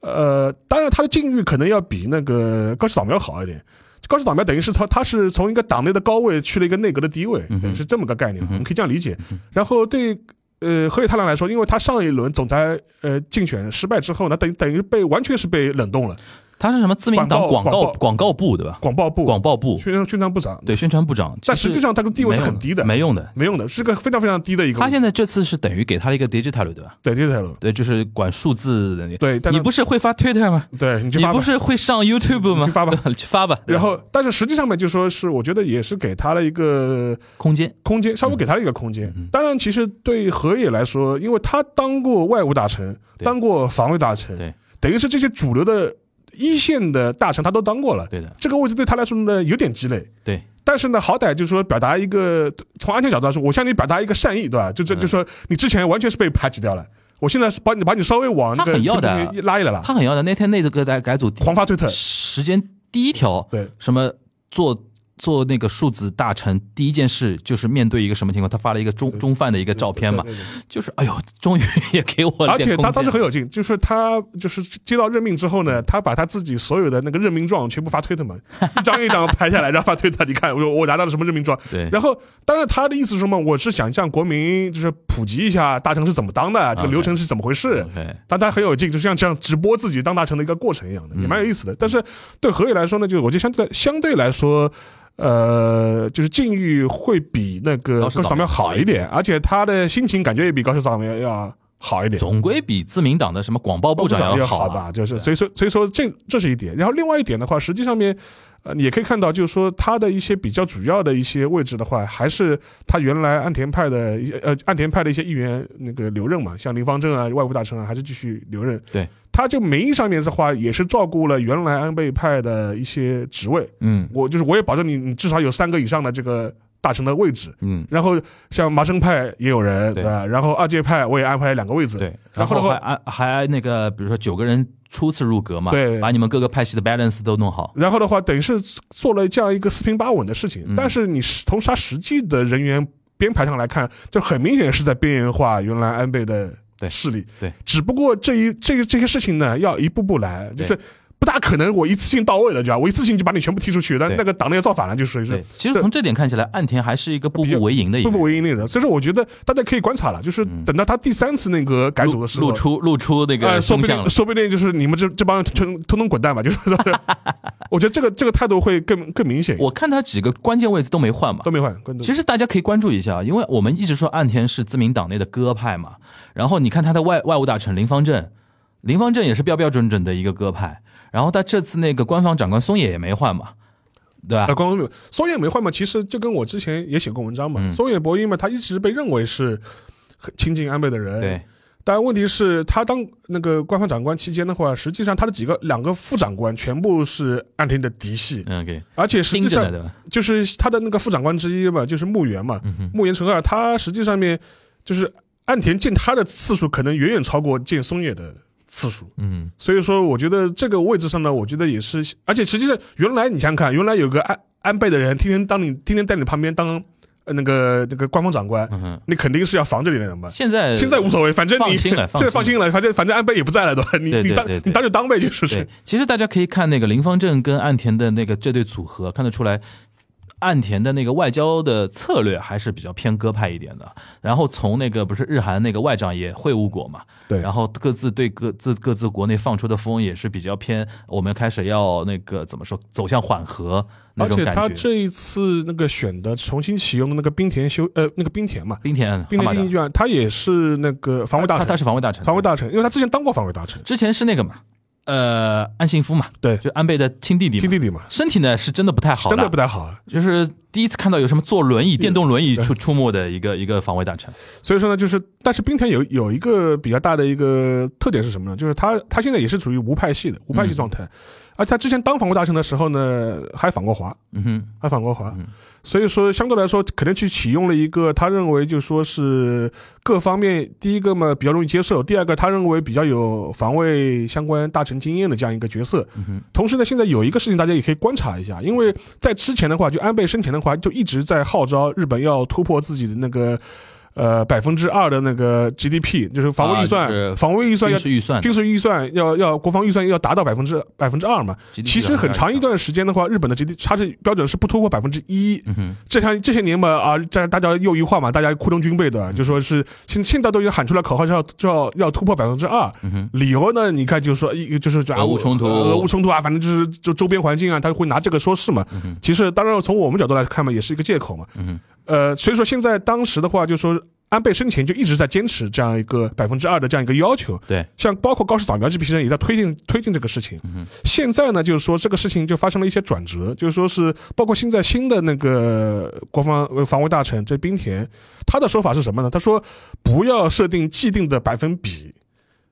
C: 呃，当然他的境遇可能要比那个高市早苗好一点。高市早苗等于是他他是从一个党内的高位去了一个内阁的低位，
D: 嗯哼
C: 等于是这么个概念，
D: 嗯
C: 我
D: 哼
C: 们可以这样理解。然后对。呃，河野太郎来说，因为他上一轮总裁呃竞选失败之后呢，等等于被完全是被冷冻了，
D: 他是什么自民党
C: 广
D: 广
C: 告
D: 告
C: 广告
D: 广告部对吧？
C: 广报部、
D: 广报部
C: 宣传宣传部长，
D: 对宣传部长，
C: 但
D: 其
C: 实际上他的地位是很低的，嗯
D: 没用的。
C: 没用的，是个非常非常低的一个
D: 他现在这次是等于给他了一个 digital 对吧？
C: 对对对了，
D: 对，就是管数字的那个。
C: 对，但
D: 你不是会发 Twitter 吗？
C: 对你去
D: 你
C: 发
D: 不
C: 吧。
D: 是会上 YouTube 吗？
C: 去发吧
D: 对， 去发吧。对
C: 然
D: 吧
C: 后，但是实际上面就说是，我觉得也是给他了一个
D: 空间，
C: 空间，
D: 嗯
C: 稍微给他了一个空间。当然，其实对河野来说，因为他当过外务大臣，
D: 对
C: 当过防卫大臣，
D: 对，
C: 等于是这些主流的一线的大臣他都当过了。
D: 对的，
C: 这个位置对他来说呢，有点鸡肋。
D: 对，
C: 但是呢，好歹就是说表达一个从安全角度来说，我向你表达一个善意，对吧？
D: 嗯
C: 就这就说你之前完全是被排挤掉了，我现在是把你把你稍微往那
D: 他
C: 个
D: 很要的
C: 中间拉一拉了，
D: 他很要的。那天那个改改组
C: 狂发推特，
D: 时间第一条，
C: 对，
D: 什么做做那个数字大臣，第一件事就是面对一个什么情况？他发了一个中中饭的一个照片嘛，
C: 对对对
D: 就是哎呦，终于 也给我了
C: 而
D: 点
C: 且
D: 空
C: 他
D: 间。
C: 当时很有劲，就是他就是接到任命之后呢，他把他自己所有的那个任命状全部发推特嘛，一张一张拍下来， 然后发推特。你看，我我拿到了什么任命状？
D: 对，
C: 然后，当然他的意思是什么？我是想向国民就是普及一下大臣是怎么当的，这个
D: OK
C: 流程是怎么回事。
D: OK，
C: 但他很有劲，就像这样直播自己当大臣的一个过程一样的，
D: 嗯
C: 也蛮有意思的。但是对何野来说呢，就是我觉得相对相对来说，呃，就是境遇会比那个
D: 高市
C: 高市
D: 早苗
C: 扫描好一点，而且他的心情感觉也比高市扫描要好一点。
D: 总归比自民党的什么广报部长
C: 要
D: 好啊
C: 吧，就是所以说所以说这这是一点，然后另外一点的话，实际上面，呃，你也可以看到，就是说他的一些比较主要的一些位置的话，还是他原来岸田派的一些呃岸田派的一些议员那个留任嘛，像林方正啊、外务大臣啊，还是继续留任。
D: 对，
C: 他就名义上面的话，也是照顾了原来安倍派的一些职位，
D: 嗯
C: 我就是我也保证你，你至少有三个以上的这个大臣的位置。
D: 嗯，
C: 然后像麻生派也有人，
D: 对
C: 对吧？然后二阶派我也安排了两个位置，
D: 对，
C: 然
D: 然
C: 后的
D: 后
C: 话
D: 还安还那个，比如说九个人初次入阁嘛，
C: 对
D: 把你们各个派系的 balance 都弄好，
C: 然后的话，等于是做了这样一个四平八稳的事情，
D: 嗯
C: 但是你实从他实际的人员编排上来看，就很明显是在边缘化原来安倍的
D: 对
C: 势力。
D: 对
C: 只不过这一这个这些事情呢，要一步步来，就是
D: 对
C: 不大可能我一次性到位了，对吧？我一次性就把你全部踢出去，但
D: 对
C: 那个党内要造反了，就属于是
D: 对，其实从这点看起来，岸田还是一个步步为营的一个
C: 步
D: 人，
C: 步为营的人。所以说，我觉得大家可以观察了，就是等到他第三次那个改组的时候，
D: 嗯露出露出那
C: 呃，
D: 个
C: 说
D: 风
C: 不
D: 向
C: 定
D: 了。
C: 说不定就是你们这这帮人通通通滚蛋吧，就是说， 我觉得这个这个态度会更更明显。
D: 我看他几个关键位置都没换嘛
C: 都，没换，更多
D: 其实大家可以关注一下，因为我们一直说岸田是自民党内的鸽派嘛，然后你看他的外外务大臣林方正，林方正也是标标准准的一个鸽派，然后他这次那个官方长官松野也没换嘛，对吧
C: 啊，？光荣没有，松野没换嘛，其实就跟我之前也写过文章嘛，
D: 嗯
C: 松野博一嘛，他一直被认为是很亲近安倍的人，
D: 对。
C: 但问题是，他当那个官方长官期间的话，实际上他的几个两个副长官全部是岸田的嫡系，
D: 嗯，OK，
C: 而且实
D: 盯
C: 际
D: 着呢，
C: 上
D: 对吧？
C: 就是他的那个副长官之一嘛，就是木原嘛，
D: 嗯哼，
C: 木原成二，他实际上面就是岸田见他的次数可能远远超过见松野的次数。
D: 嗯
C: 所以说，我觉得这个位置上呢，我觉得也是，而且实际上原来你想想看，原来有个安安倍的人，天天当你天天在你旁边当呃那个那个官方长官，
D: 嗯哼，
C: 你肯定是要防着你的人嘛。
D: 现在
C: 现在无所谓，反正你
D: 放心了
C: 现在放心了，反正反正安倍也不在了，对吧？你
D: 对对
C: 你当
D: 对对
C: 你当就当呗，就是
D: 对，其实大家可以看那个林方正跟岸田的那个这对组合，看得出来。岸田的那个外交的策略还是比较偏鸽派一点的，然后从那个不是日韩那个外长也会晤过嘛，
C: 对
D: 然后各自对各自各自国内放出的风也是比较偏，我们开始要那个怎么说走向缓和那
C: 而
D: 种
C: 且
D: 感
C: 他
D: 觉。
C: 这一次那个选的重新启用那个冰田修呃那个冰田嘛，
D: 冰田
C: 冰
D: 哈啊马
C: 田新
D: 的
C: 一卷，他也是那个防卫大
D: 他他
C: 臣，
D: 是防卫大臣，
C: 防卫大臣，因为他之前当过防卫大臣，
D: 之前是那个嘛，呃，安信夫嘛，
C: 对
D: 就安倍的亲弟弟嘛
C: 亲弟弟嘛，
D: 身体呢是真的不太好
C: 真的不
D: 的，
C: 太好啊。
D: 就是第一次看到有什么坐轮椅、电动轮椅
C: 对
D: 出出没的一个一个防卫大臣。
C: 所以说呢，就是，但是冰田有有一个比较大的一个特点是什么呢？就是他他现在也是属于无派系的无派
D: 嗯
C: 系状态，而且他之前当反国大臣的时候呢，还反过华，
D: 嗯哼，
C: 还反过华，
D: 嗯
C: 所以说相对来说，可能去启用了一个他认为就说是各方面第一个嘛比较容易接受，第二个他认为比较有防卫相关大臣经验的这样一个角色。
D: 嗯哼，
C: 同时呢，现在有一个事情大家也可以观察一下，因为在之前的话，就安倍生前的话，就一直在号召日本要突破自己的那个呃百分之二的那个 GDP，就是防卫预算，
D: 啊就是
C: 防卫预算要
D: 军事预算，
C: 军事预算要要国防预算要达到百分之百分之二嘛。
D: GDP
C: 其实很长一段时间的话，日本的 GDP 它是标准是不突破百分之一。
D: 嗯哼，
C: 这像这些年嘛啊，大大家又一化嘛，大家扩充军备的，
D: 嗯
C: 就说是现现在都已经喊出来口号，就要就要要突破百分之二。
D: 嗯哼，
C: 理由呢？你看，就是说，一就是
D: 俄乌冲突
C: 俄乌冲突啊，反正就是就周边环境啊，他会拿这个说事嘛。其实，当然从我们角度来看嘛，也是一个借口嘛。
D: 嗯嗯哼
C: 呃，所以说现在当时的话，就说安倍生前就一直在坚持这样一个百分之二的这样一个要求。
D: 对，
C: 像包括高市扫描这批人也在推进推进这个事情。现在呢，就是说这个事情就发生了一些转折，就是说是包括现在新的那个国防呃防卫大臣这冰田，他的说法是什么呢？他说不要设定既定的百分比，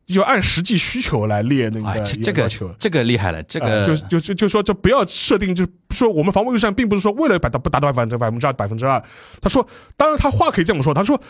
C: 就按实际需求来列那
D: 哎，
C: 个
D: 这这个
C: 要求。
D: 这个厉害了，这
C: 呃
D: 个
C: 就就就就说，这不要设定，就是说我们防卫预算并不是说为了达到不达到百分之百分之二百分之二。他说，当然他话可以这么说，他说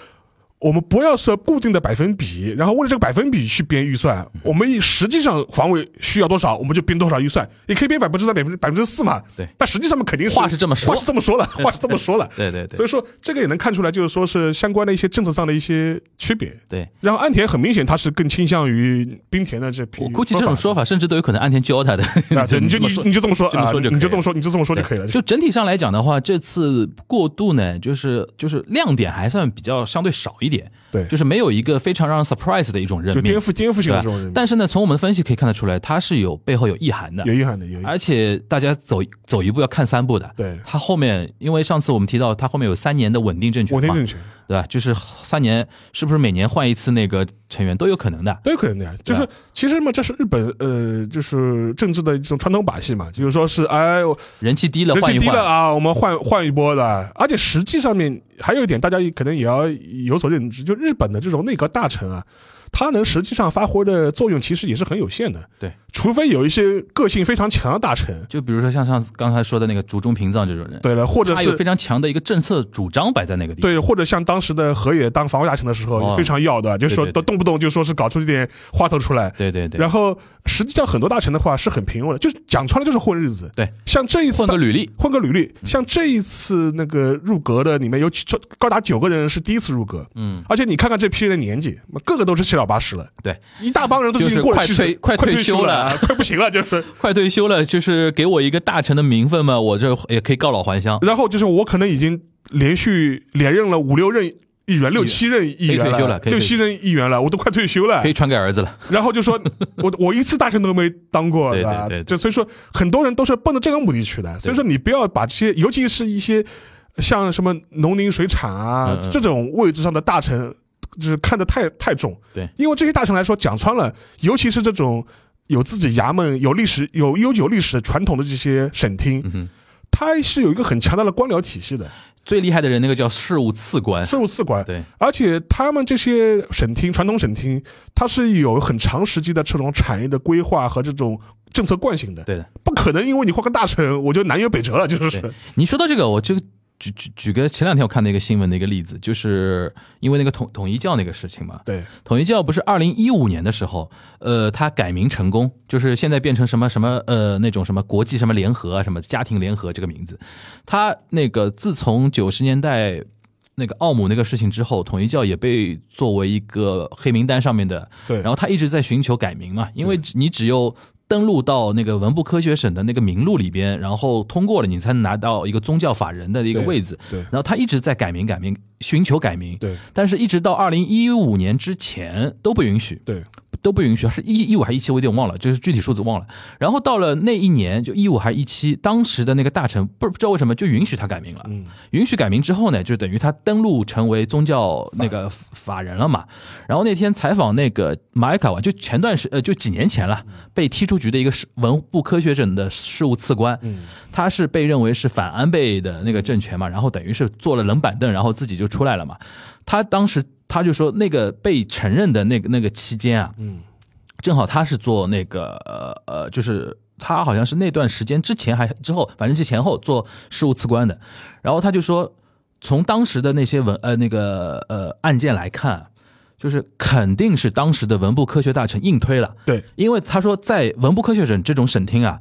C: 我们不要设固定的百分比，然后为了这个百分比去编预算。
D: 嗯
C: 我们以实际上防卫需要多少，我们就编多少预算，也可以编百分之三、百分之百分之四嘛。
D: 对
C: 但实际上面肯定是
D: 话是这么说
C: 话是这么说 了，话是这么说了。
D: 对对
C: 所
D: 对
C: 以说，这个也能看出来，就是说是相关的一些政策上的一些区别。
D: 对。
C: 然后岸田很明显他是更倾向于冰田的这批，
D: 我估计这种说法，甚至都有可能岸田教他的。
C: 啊，对，你就
D: 这么
C: 你
D: 说
C: 你就这么说
D: 这么
C: 啊，
D: 说就可以
C: 你就这么说，你就这么说就
D: 对
C: 可以了。
D: 就整体上来讲的话，这次过渡呢，就是就是亮点还算比较相对少一点，
C: 对
D: 就是没有一个非常让人 surprise 的一种任
C: 就
D: 命，
C: 颠覆颠覆性
D: 对
C: 的
D: 吧
C: 这种人，
D: 但是呢，从我们分析可以看得出来，它是有背后有意涵的
C: 有，遗憾的，有遗憾。
D: 而且大家走走一步要看三步的。
C: 对，
D: 它后面，因为上次我们提到，它后面有三年的稳定政权
C: 稳定
D: 嘛，
C: 政权
D: 对吧？就是三年，是不是每年换一次那个成员都有可能的？
C: 都有可能的呀。
D: 啊
C: 就是其实嘛，这是日本呃，就是政治的一种传统把戏嘛，就是说是哎，我
D: 人气低了
C: 人
D: 换
C: 气
D: 一
C: 低了
D: 换，
C: 啊，我们换换一波的。而且实际上面还有一点，大家也可能也要有所认知，就日本的这种内阁大臣啊，他能实际上发挥的作用其实也是很有限的。
D: 对，
C: 除非有一些个性非常强的大臣，
D: 就比如说像上次刚才说的那个竹中平藏这种人，
C: 对了，或者
D: 他
C: 是
D: 有非常强的一个政策主张摆在那个地方。
C: 对，或者像当时的河野当防卫大臣的时候，
D: 哦
C: 非常要的，就说动
D: 对对对
C: 动不动就说是搞出一点花头出来。
D: 对对对，
C: 然后实际上很多大臣的话是很平庸的，就是讲穿了就是混日子。
D: 对，
C: 像这一次
D: 换个履嗯历，
C: 换个履历，像这一次那个入阁的里面有九高达九个人是第一次入阁，
D: 嗯，
C: 而且你看看这批人的年纪，个个都是七老八十了，
D: 对，
C: 一大帮人都已
D: 就
C: 经
D: 是
C: 过了
D: 快
C: 七十
D: 退，快退
C: 退休
D: 休
C: 了，啊快不行了，就是。
D: 快退休了，就是给我一个大臣的名分嘛，我这也可以告老还乡。
C: 然后就是我可能已经连续连任了五六任议员、六七任议员
D: 可以退休了可以
C: 六
D: 退
C: 七任议员了，我都快退休了
D: 可。以传给儿子了，
C: 然后就说，我我一次大臣都没当过
D: 对对
C: 吧
D: 对对
C: 就所以说，很多人都是奔着这个目的去的。所以说，你不要把这些，尤其是一些像什么农林水产啊
D: 嗯嗯
C: 这种位置上的大臣，就是看得太太重。
D: 对，
C: 因为这些大臣来说，讲穿了，尤其是这种有自己衙门、有历史、有悠久历史传统的这些省厅，
D: 嗯哼
C: 它是有一个很强大的官僚体系的。
D: 最厉害的人那个叫事务次官，
C: 税务次管，
D: 哎对，
C: 而且他们这些省厅传统省厅，它是有很长时期的这种产业的规划和这种政策惯性的，
D: 对的。
C: 不可能因为你换个大臣我就南辕北辙了，就是
D: 对你说到这个，我就举举举个前两天我看的一个新闻的一个例子，就是因为那个统统一教那个事情嘛，
C: 对，
D: 统一教不是二零一五年的时候，呃，它改名成功，就是现在变成什么什么呃那种什么国际什么联合啊，什么家庭联合这个名字。它那个自从九十年代那个奥姆那个事情之后，统一教也被作为一个黑名单上面的，
C: 对
D: 然后它一直在寻求改名嘛，因为只你只有。登录到那个文部科学省的那个名录里边，然后通过了，你才能拿到一个宗教法人的一个
C: 对
D: 位置。
C: 对
D: 然后他一直在改名、改名，寻求改名。
C: 对
D: 但是一直到二零一五年之前都不允许，
C: 对
D: 都不允许，是一一五还是一七，我有点忘了，就是具体数字忘了。然后到了那一年，就一五还是一七，当时的那个大臣不不知道为什么就允许他改名了。
C: 嗯
D: 允许改名之后呢，就等于他登录成为宗教那个法人了嘛。然后那天采访那个马尔卡瓦，就前段时呃，就几年前了，被踢出局的一个事文部科学省的事务次官，
C: 嗯
D: 他是被认为是反安倍的那个政权嘛，然后等于是坐了冷板凳，然后自己就出来了嘛。他当时他就说，那个被承认的那个那个期间啊，
C: 嗯
D: 正好他是做那个呃呃，就是他好像是那段时间之前还之后，反正是前后做事务次官的。然后他就说，从当时的那些文呃那个呃案件来看，就是肯定是当时的文部科学大臣硬推了。
C: 对，
D: 因为他说在文部科学省这种省厅啊。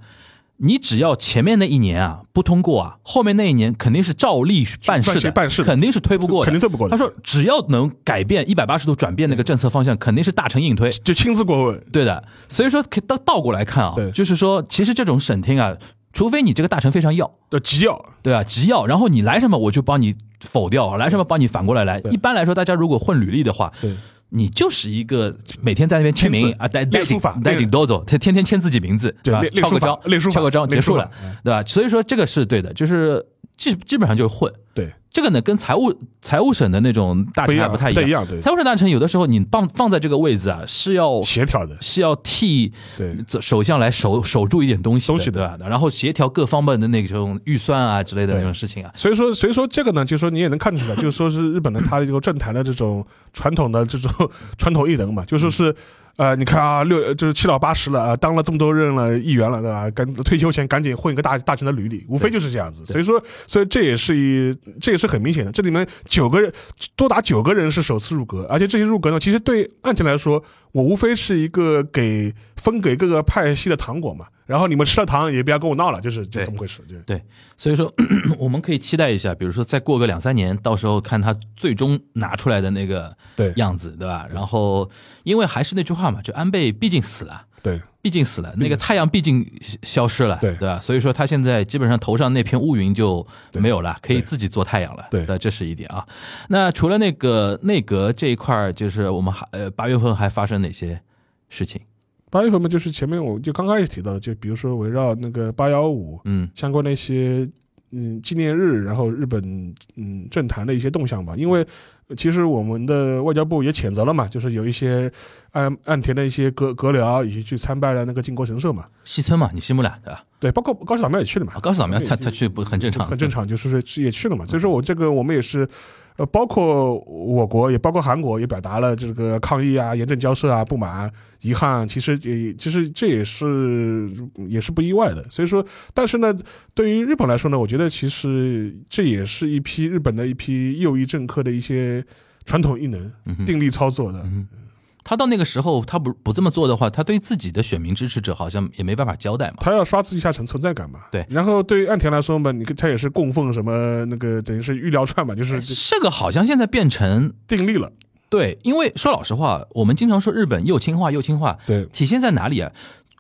D: 你只要前面那一年啊不通过啊，后面那一年肯定是照例办事
C: 照
D: 的，
C: 去办事的
D: 肯定是推不过的，
C: 肯定推不过的
D: 他说只要能改变一百八十度转变那个政策方向，肯定是大臣硬推。
C: 就亲自过问，
D: 对的，所以说可以倒倒过来看啊
C: 对，
D: 就是说，其实这种审听啊，除非你这个大臣非常要，
C: 就急要，
D: 对啊，急要，然后你来什么我就帮你否掉，来什么帮你反过来来。一般来说，大家如果混履历的话，
C: 对
D: 你就是一个每天在那边签名
C: 签字
D: 啊，带带
C: 练
D: 顶
C: 书法
D: 带顶
C: 练
D: 哆嗦，他天天签自己名字，
C: 对
D: 吧
C: 练？练
D: 敲
C: 书
D: 个
C: 法
D: 章，
C: 练书法
D: 敲个章，
C: 练
D: 结束了
C: 书法嗯，
D: 对吧？所以说这个是对的，就是基基本上就是混。
C: 对，
D: 这个呢，跟财务财务省的那种大
C: 不一
D: 臣还
C: 样，
D: 不太
C: 一
D: 一样。
C: 样，对，
D: 财务省大臣有的时候你放放在这个位置啊，是要
C: 协调的，
D: 是要替
C: 对
D: 首相来守守住一点东西的，
C: 东西的
D: 对吧？然后协调各方面的那种预算啊之类的
C: 对
D: 那种事情啊，
C: 所以说，所以说这个呢，就是说你也能看出来，就是说是日本的它的这个政坛的这种传统的这种 传统艺能嘛，就说是，呃，你看啊，六就是七老八十了，啊，当了这么多任了议员了，对吧？赶退休前赶紧混一个大大臣的履历，无非就是这样子。所以说，所以这也是一，这也是很明显的。这里面九个人多达九个人是首次入阁，而且这些入阁呢，其实对岸田来说，我无非是一个给分给各个派系的糖果嘛。然后你们吃了糖也不要跟我闹了，就是就
D: 对
C: 这么回事，就
D: 对，所以说 我们可以期待一下，比如说再过个两三年，到时候看他最终拿出来的那个
C: 对
D: 样子，对吧？然后因为还是那句话嘛，就安倍毕竟死了。
C: 对。
D: 毕竟死了，那个太阳毕竟消失了，
C: 对
D: 吧？所以说他现在基本上头上那片乌云就
C: 对
D: 没有了，可以
C: 对
D: 自己做太阳了，
C: 对
D: 吧这是一点啊。那除了那个内阁这一块儿，就是我们还呃八月份还发生哪些事情？
C: 八月份嘛，就是前面我就刚开始提到的，就比如说围绕那个八幺五
D: 嗯
C: 相关的一些嗯纪念日，然后日本嗯政坛的一些动向吧。因为呃其实我们的外交部也谴责了嘛，就是有一些岸岸田的一些阁阁僚以及去参拜了那个靖国神社嘛，
D: 西村嘛，你西木俩对吧？
C: 对，包括高市早苗也去了嘛
D: 啊，，高市早苗
C: 也
D: 他他去不很正常，
C: 很正。常，就是说也去了嘛。所以说我这个我们也是，呃，包括我国也包括韩国也表达了这个抗议啊、严正交涉啊、不满、啊、遗憾啊，其实也其实这也是也是不意外的。所以说，但是呢，对于日本来说呢，我觉得其实这也是一批日本的一批右翼政客的一些传统异能、
D: 嗯哼
C: 定力操作的。
D: 嗯他到那个时候他不不这么做的话，他对自己的选民支持者好像也没办法交代嘛。
C: 他要刷自己一下层存在感嘛，
D: 对
C: 然后对于岸田来说嘛，你看他也是供奉什么那个等于是玉料串嘛，就是
D: 这个好像现在变成
C: 定力了。
D: 对，因为说老实话，我们经常说日本右倾化，右倾化，
C: 对
D: 体现在哪里啊？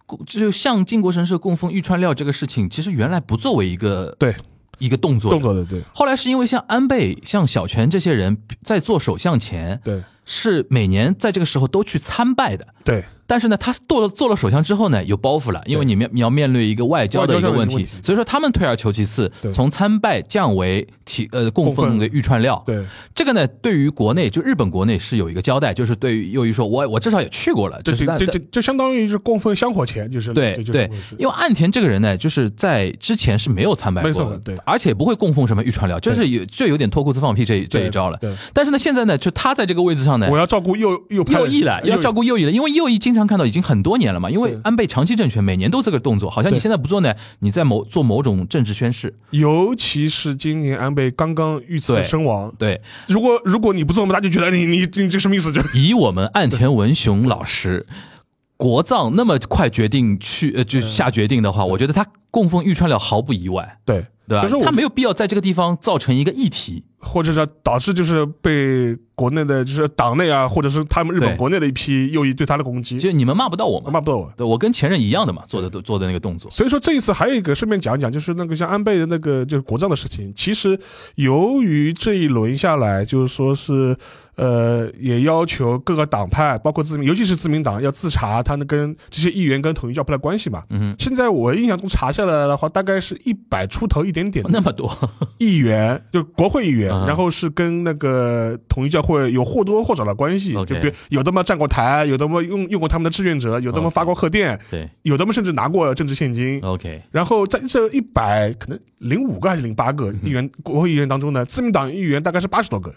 D: 供就像靖国神社供奉玉川料这个事情，其实原来不作为一个
C: 对
D: 一个动作的
C: 动，作的对
D: 后来是因为像安倍、像小泉这些人在做首相前，
C: 对
D: 是每年在这个时候都去参拜的。
C: 对，
D: 但是呢，他做了做了首相之后呢，有包袱了，因为你面你要面对一个外交的一个问
C: 外交上的一
D: 题
C: 个问，题
D: 所以说他们退而求其次
C: 对，
D: 从参拜降为提呃供
C: 供
D: 奉
C: 奉
D: 的玉串料。
C: 对，
D: 这个呢，对于国内就日本国内是有一个交代，就是对于由于说我我至少也去过了，
C: 这
D: 就
C: 这
D: 是但
C: 这这这相当于是供奉香火钱，就是
D: 对
C: 这就
D: 对
C: 是这么回事，
D: 因为岸田这个人呢，就是在之前是没有参拜
C: 没
D: 过
C: 错
D: 的，
C: 对
D: 而且不会供奉什么玉川料，这是有这有点脱裤子放屁这一这
C: 对
D: 一招了。
C: 对，
D: 但是呢，现在呢，就他在这个位置上呢
C: 我，要照顾右右派
D: 右翼了，要照
C: 顾
D: 顾右翼了，因为右翼经常看到已经很多年了嘛，因为
C: 对
D: 安倍长期政权每年都这个动作，好像你
C: 对
D: 现在不做呢，你在某做某种政治宣誓，
C: 尤其是今年安倍刚刚遇刺
D: 对
C: 身亡，
D: 对，
C: 如果如果你不做，我们大家就觉得你你你这什么意思？就
D: 以我们岸田文雄老师 国葬那么快决定去呃就下决定的话，我觉得他供奉玉川了毫不意外，
C: 对，
D: 对
C: 所
D: 吧
C: 以说？我
D: 他没有必要在这个地方造成一个议题。
C: 或者是导致就是被国内的就是党内啊，或者是他们日本
D: 对
C: 国内的一批右翼对他的攻击，
D: 就你们骂不到我
C: 骂
D: 嘛，
C: 不到我。
D: 对我跟前任一样的嘛，做的做的那个动作，
C: 所以说这一次还有一个顺便讲一讲，就是那个像安倍的那个就是国葬的事情，其实由于这一轮下来，就是说是呃也要求各个党派，包括自民，尤其是自民党要自查他们跟这些议员跟统一教派的关系嘛。
D: 嗯
C: 现在我印象中查下来的话，大概是一百出头一点点
D: 哼，那么多，
C: 议员，就国会议员，
D: 嗯
C: 然后是跟那个统一教会有或多或少的关系，就
D: OK
C: 比如有的么站过台，有的么用用过他们的志愿者，有的么
D: OK
C: 发过贺电，
D: 对
C: 有的么甚至拿过政治现金。
D: ，OK，
C: 然后在这一百可能零五个还是零八个议员，国会议员当中呢，自民党议员大概是八十多个，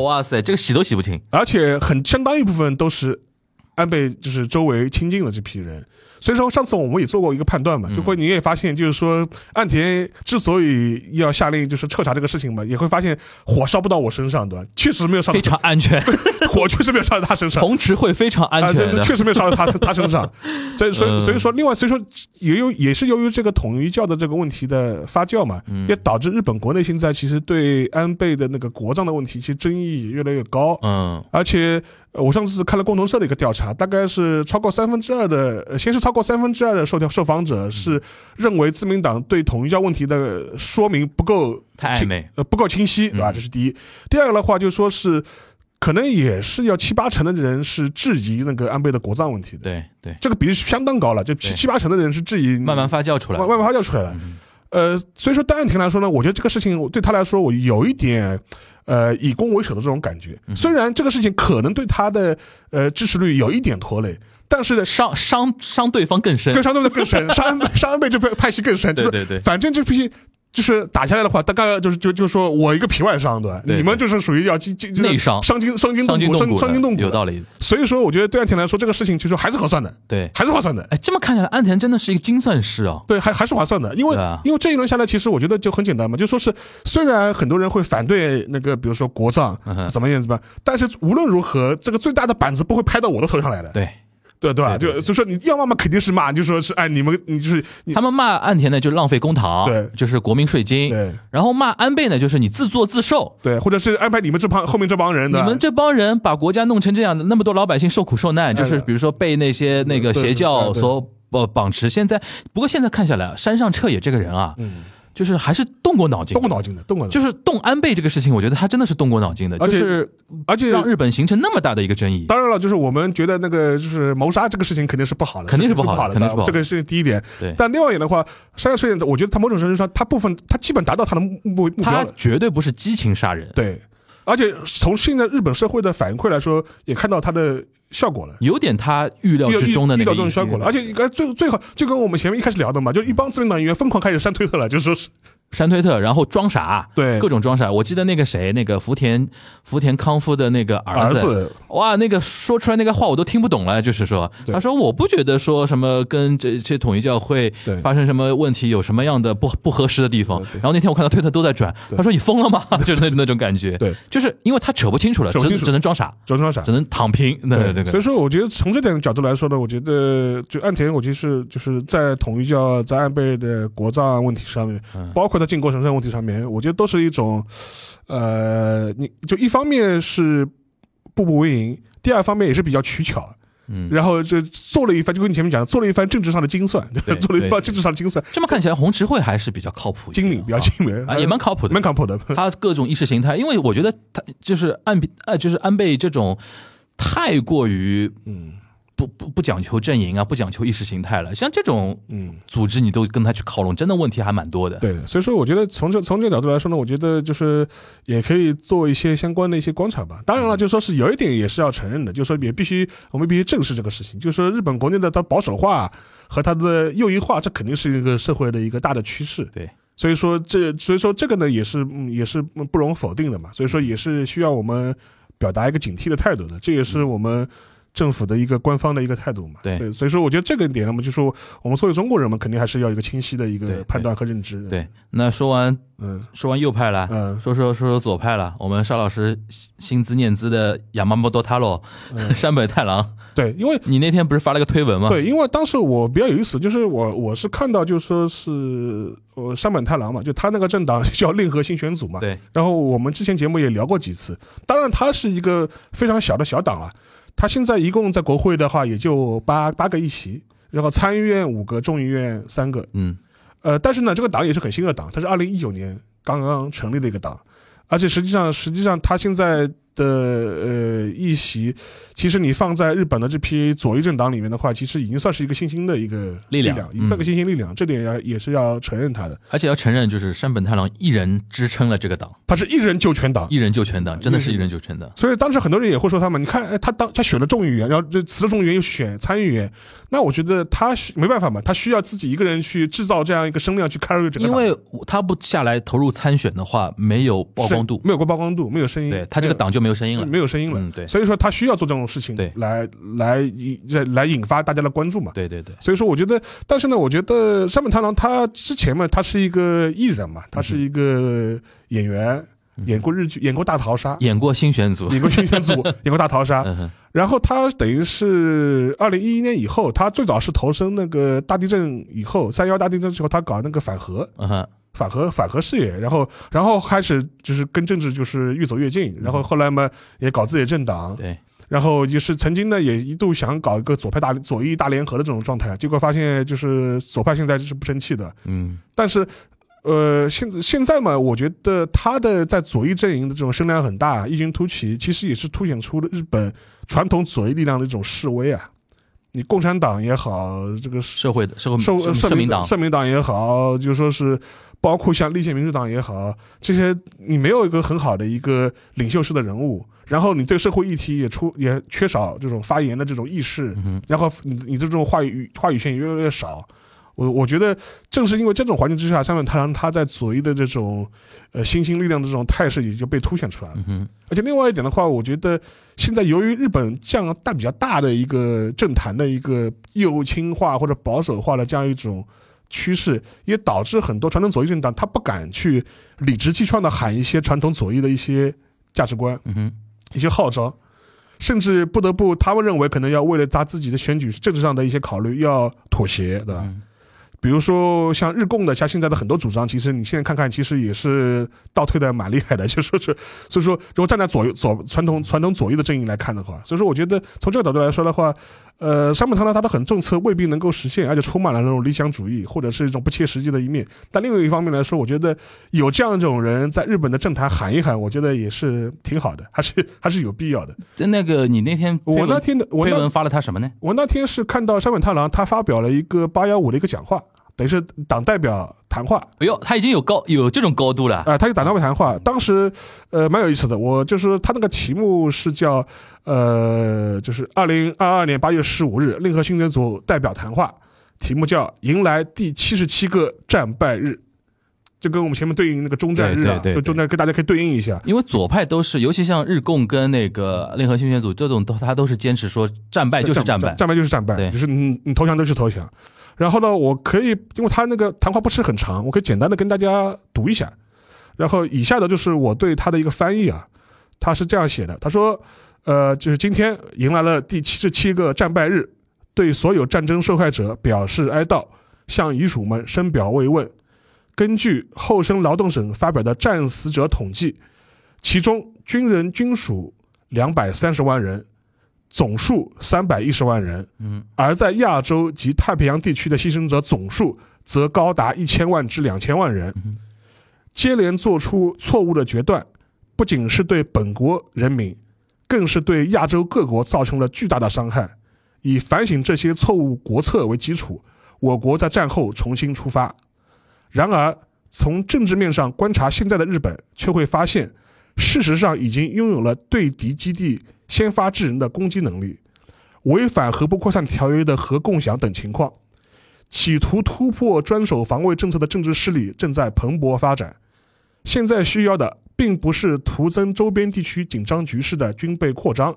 D: 哇塞，这个洗都洗不清，
C: 而且很相当一部分都是安倍就是周围亲近的这批人。所以说，上次我们也做过一个判断嘛，就会你也发现，就是说，岸田之所以要下令就是彻查这个事情嘛，也会发现火烧不到我身上，对吧？确实没有 烧到
D: 非常安全，
C: 火，确实没有烧到他身 上。
D: 红池会非常
C: 啊，
D: 安
C: 这
D: 全
C: 这
D: 的，
C: 确实没有烧到他他身 上，所以所以
D: 嗯
C: 所以说，另外所以说也有也是由于这个统一教的这个问题的发酵嘛，
D: 嗯
C: 也导致日本国内现在其实对安倍的那个国葬的问题，其实争议也越来越高。
D: 嗯
C: 而且，呃我上次看了共同社的一个调查，大概是超过三分之二的，呃先是超过三分之二的受调受访者
D: 嗯
C: 是认为自民党对统一教问题的说明不够
D: 太暧昧
C: 清，呃，不够清晰，对吧？
D: 嗯
C: 这是第一。第二个的话，就说是可能也是要七八成的人是质疑那个安倍的国葬问题的，
D: 对对，
C: 这个比例是相当高了，就七
D: 对
C: 七八成的人是质疑
D: 慢慢发酵出来嗯
C: 外，外面发酵出来了。呃，所以说戴岸廷来说呢，我觉得这个事情我对他来说，我有一点。呃，以攻为守的这种感觉，
D: 嗯
C: 虽然这个事情可能对他的呃支持率有一点拖累，但是呢，
D: 伤伤伤对方更深
C: 跟，山东的更深， 沙安倍沙安倍这派派系更深，就是
D: 对对对
C: 反正这批就是打下来的话，大概就是就就说我一个皮外伤对吧？
D: 对对
C: 你们就是属于要进进就是
D: 内伤
C: 伤筋伤筋
D: 伤
C: 动
D: 筋
C: 骨，
D: 动
C: 伤
D: 骨的，
C: 伤筋动骨
D: 有
C: 的。
D: 道理，
C: 所以说，我觉得对岸田来说，这个事情其实还是合算的，
D: 对。
C: 还是划算的。
D: 哎，这么看起来，安田真的是一个精算师啊！
C: 对，还还是划算的，因为、
D: 对啊
C: 因为这一轮下来，其实我觉得就很简单嘛，就说是虽然很多人会反对那个，比如说国葬、
D: 嗯哼
C: 怎么样怎么样，但是无论如何，这个最大的板子不会拍到我的头上来的，
D: 对
C: 对对吧？
D: 对对
C: 就就说你要骂嘛，肯定是骂，就说是哎，你们你就是你
D: 他们骂岸田呢，就是浪费公堂，
C: 对
D: 就是国民税金；
C: 对
D: 然后骂安倍呢，就是你自作自受。
C: 对，或者是安排你们这帮后面这帮人
D: 你
C: 的，
D: 们这帮人把国家弄成这样的，那么多老百姓受苦受难，就是比如说被那些那个
C: 哎嗯对
D: 邪教
C: 对对
D: 所呃绑持。现在不过现在看下来啊，山上彻也这个人啊，就是还是动过脑筋，
C: 动过，脑筋的，动过脑筋，
D: 就是动安倍这个事情，我觉得他真的是动过脑筋的，
C: 而
D: 就
C: 且
D: 是
C: 而且
D: 让日本形成那么大的一个争议。
C: 当然了，就是我们觉得那个就是谋杀这个事情肯定是不好的，
D: 肯定是不
C: 不
D: 好的
C: 好的，
D: 肯定是不好的
C: 这个是第一点。
D: 对
C: 但另外一点的话，山下摄影，我觉得他某种程度上，他部分他基本达到他的目目目标
D: 他
C: 了，
D: 绝对不是激情杀人，
C: 对。而且从现在日本社会的反馈来说，也看到他的效果了。
D: 有点他预料
C: 遇到
D: 之中的那
C: 遇到
D: 个
C: 这种效果了，而且你看最最好就跟我们前面一开始聊的嘛，就一帮自民党议员疯狂开始删推特了，就是说是
D: 删推特，然后装傻，
C: 对
D: 各种装傻。我记得那个谁，那个福田福田康夫的那个
C: 儿
D: 儿子，
C: 子
D: 哇，那个说出来那个话我都听不懂了，就是说，
C: 对
D: 他说我不觉得说什么跟这些统一教会
C: 对
D: 发生什么问题，有什么样的不不合适的地方。
C: 对对
D: 然后那天我看到推特都在转，
C: 对
D: 他说你疯了吗？ 就是那那种感觉，
C: 对，
D: 就是因为他扯不清楚了，
C: 扯不
D: 只
C: 清楚
D: 只能装傻，
C: 周双傻
D: 只，能躺平，那那那
C: 所
D: 个
C: 以说，我觉得从这点角度来说呢，我觉得就岸田，我觉得是就是在统一教在安倍的国葬问题上面，
D: 嗯
C: 包括他靖国神社问题上面，我觉得都是一种，呃，你就一方面是步步为营，第二方面也是比较取巧。
D: 嗯
C: 然后就做了一番，就跟你前面讲的，做了一番政治上的精算，
D: 对
C: 做了一
D: 对
C: 番政治上的精算，
D: 这么看起来，红池会还是比较靠谱一点
C: 精
D: 的，
C: 明，比较精明，
D: 啊，也蛮靠谱的
C: 蛮，靠谱的。
D: 他各种意识形态，因为我觉得他就是安倍，呃，就是安倍这种太过于
C: 嗯
D: 不不不讲求阵营啊，不讲求意识形态了。像这种
C: 嗯。
D: 组织，你都跟他去靠拢，真的问题还蛮多的。
C: 对，所以说我觉得从这从这个角度来说呢，我觉得就是也可以做一些相关的一些观察吧。当然
D: 嗯
C: 了，就是说是有一点也是要承认的，就是说也必须我们必须正视这个事情，就是说日本国内的它保守化和它的右翼化，这肯定是一个社会的一个大的趋势。
D: 对，
C: 所以
D: 嗯
C: 说这所以说这个呢也是、嗯、也是不容否定的嘛，所以说也是需要我们。表达一个警惕的态度的，这也
D: 嗯
C: 是我们。政府的一个官方的一个态度嘛，
E: 对
C: 所以说我觉得这个点呢，我们就说我们作为中国人嘛，肯定还是要有一个清晰的一
E: 对
C: 个判断和认知。，
E: 对，啊那说完
C: 嗯
E: 说完右派了，
C: 嗯
E: 说说说说左派了，我们邵老师新新资念资的亚麻莫多塔罗、
C: 嗯
E: 山本太郎，
C: 对， 因为
E: 你那天不是发了个推文吗？
C: 对，因为当时我比较有意思，就是我我是看到就说是呃山本太郎嘛，就他那个政党 叫令和新选组嘛。
E: 对。
C: 然后我们之前节目也聊过几次，当然他是一个非常小的小党了、啊他现在一共在国会的话也就八八个议席，然后参议院五个，众议院三个，
E: 嗯，
C: 呃，但是呢，这个党也是很新的党，它是二零一九年刚刚成立的一个党，而且实际上，实际上它现在的呃议席，其实你放在日本的这批左翼政党里面的话，其实已经算是一个新兴的一个
E: 力量
C: 量，已
E: 嗯
C: 经算个新兴力量，这点要也是要承认它的。
E: 而且要承认，就是山本太郎一人支撑了这个党，
C: 它是一人就全党
E: 一，人救全党，真的是
C: 一
E: 一人救全党。
C: 所以当时很多人也会说他们，你看，哎，他当他选了众议员，然后就辞了众议员又选参议员，那我觉得他是没办法嘛，他需要自己一个人去制造这样一个声量去 carry 整个党，
E: 因为他不下来投入参选的话，没有曝光度
C: 是，没有过曝光度，没有声音，
E: 对他这个
C: 没有
E: 党就没有声音了。
C: 没有声音了。
E: 嗯对
C: 所以说他需要做这种事情，
E: 对
C: 来来引来引发大家的关注嘛。
E: 对对对，
C: 所以说，我觉得，但是呢，我觉得山本太郎他之前嘛，他是一个艺人嘛，他是一个演员，演过日剧，演过大逃杀，
E: 嗯演过新选组，
C: 演过《新选组》， 演过大逃杀。
E: 嗯哼，
C: 然后他等于是二零一一年以后，他最早是投身那个大地震以后，三幺大地震之后，他搞那个反核，
E: 嗯哼，
C: 反核反核事业，然后然后开始就是跟政治就是越走越近，然后后来嘛也搞自己的政党，
E: 对，
C: 然后就是曾经呢，也一度想搞一个左派大左翼大联合的这种状态，结果发现就是左派现在是不争气的。
E: 嗯，
C: 但是，呃，现在现在嘛，我觉得他的在左翼阵营的这种声量很大，异军突起，其实也是凸显出了日本传统左翼力量的一种示威啊。你共产党也好，这个社
E: 社会的社会
C: 社
E: 社
C: 社
E: 社民
C: 民
E: 党，
C: 社民党也好，就说是包括像立宪民主党也好，这些你没有一个很好的一个领袖式的人物，然后你对社会议题也出也缺少这种发言的这种意识，
E: 嗯哼，
C: 然后你你这种话语话语权也越来越少。我我觉得正是因为这种环境之下，山本太郎他在左翼的这种呃新兴力量的这种态势也就被凸显出来了。
E: 嗯哼，
C: 而且另外一点的话，我觉得现在由于日本这样大比较大的一个政坛的一个右倾化或者保守化的这样一种趋势，也导致很多传统左翼政党他不敢去理直气壮的喊一些传统左翼的一些价值观、
E: 嗯哼，
C: 一些号召，甚至不得不他们认为可能要为了他自己的选举政治上的一些考虑要妥协，对吧？
E: 嗯
C: 比如说像日共的，像现在的很多主张，其实你现在看看，其实也是倒退的蛮厉害的， 就说是，所以说如果站在左右左传统传统左翼的阵营来看的话，所以说我觉得从这个角度来说的话，呃，山本太郎他的很政策未必能够实现，而且充满了那种理想主义或者是一种不切实际的一面。但另外一方面来说，我觉得有这样一种人在日本的政坛喊一喊，我觉得也是挺好的，还是还是有必要的。
E: 这那个你那天
C: 我
E: 推文
C: 那天的我
E: 推
C: 那
E: 文发了他什么呢？
C: 我那天是看到山本太郎他发表了一个八幺五的一个讲话，等于是党代表谈话。
E: 哎呦，他已经有高有这种高度了，嗯
C: 啊、他就打那位谈话，当时，呃，蛮有意思的。我就是他那个题目是叫，呃，就是二零二二年八月十五日，令和新选组代表谈话，题目叫“迎来第七十七个战败日”，就跟我们前面对应那个中战日啊，
E: 对对对对
C: 就中战跟大家可以对应一下。
E: 因为左派都是，尤其像日共跟那个联合新选组这种，都他都是坚持说战败就是战败，
C: 战败就是战败
E: 对，
C: 就是你你投降就是投降。然后呢，我可以因为他那个谈话不是很长，我可以简单的跟大家读一下。然后以下的就是我对他的一个翻译啊，他是这样写的，他说，呃，就是今天迎来了第七十七个战败日，对所有战争受害者表示哀悼，向遗属们深表慰问。根据厚生劳动省发表的战死者统计，其中军人军属两百三十万人，总数三百一十万人，
E: 嗯，
C: 而在亚洲及太平洋地区的牺牲者总数则高达一千万至两千万人
E: 嗯。
C: 接连做出错误的决断，不仅是对本国人民，更是对亚洲各国造成了巨大的伤害。以反省这些错误国策为基础，我国在战后重新出发。然而，从政治面上观察现在的日本，却会发现，事实上已经拥有了对敌基地先发制人的攻击能力，违反核不扩散条约的核共享等情况，企图突破专守防卫政策的政治势力正在蓬勃发展。现在需要的并不是徒增周边地区紧张局势的军备扩张，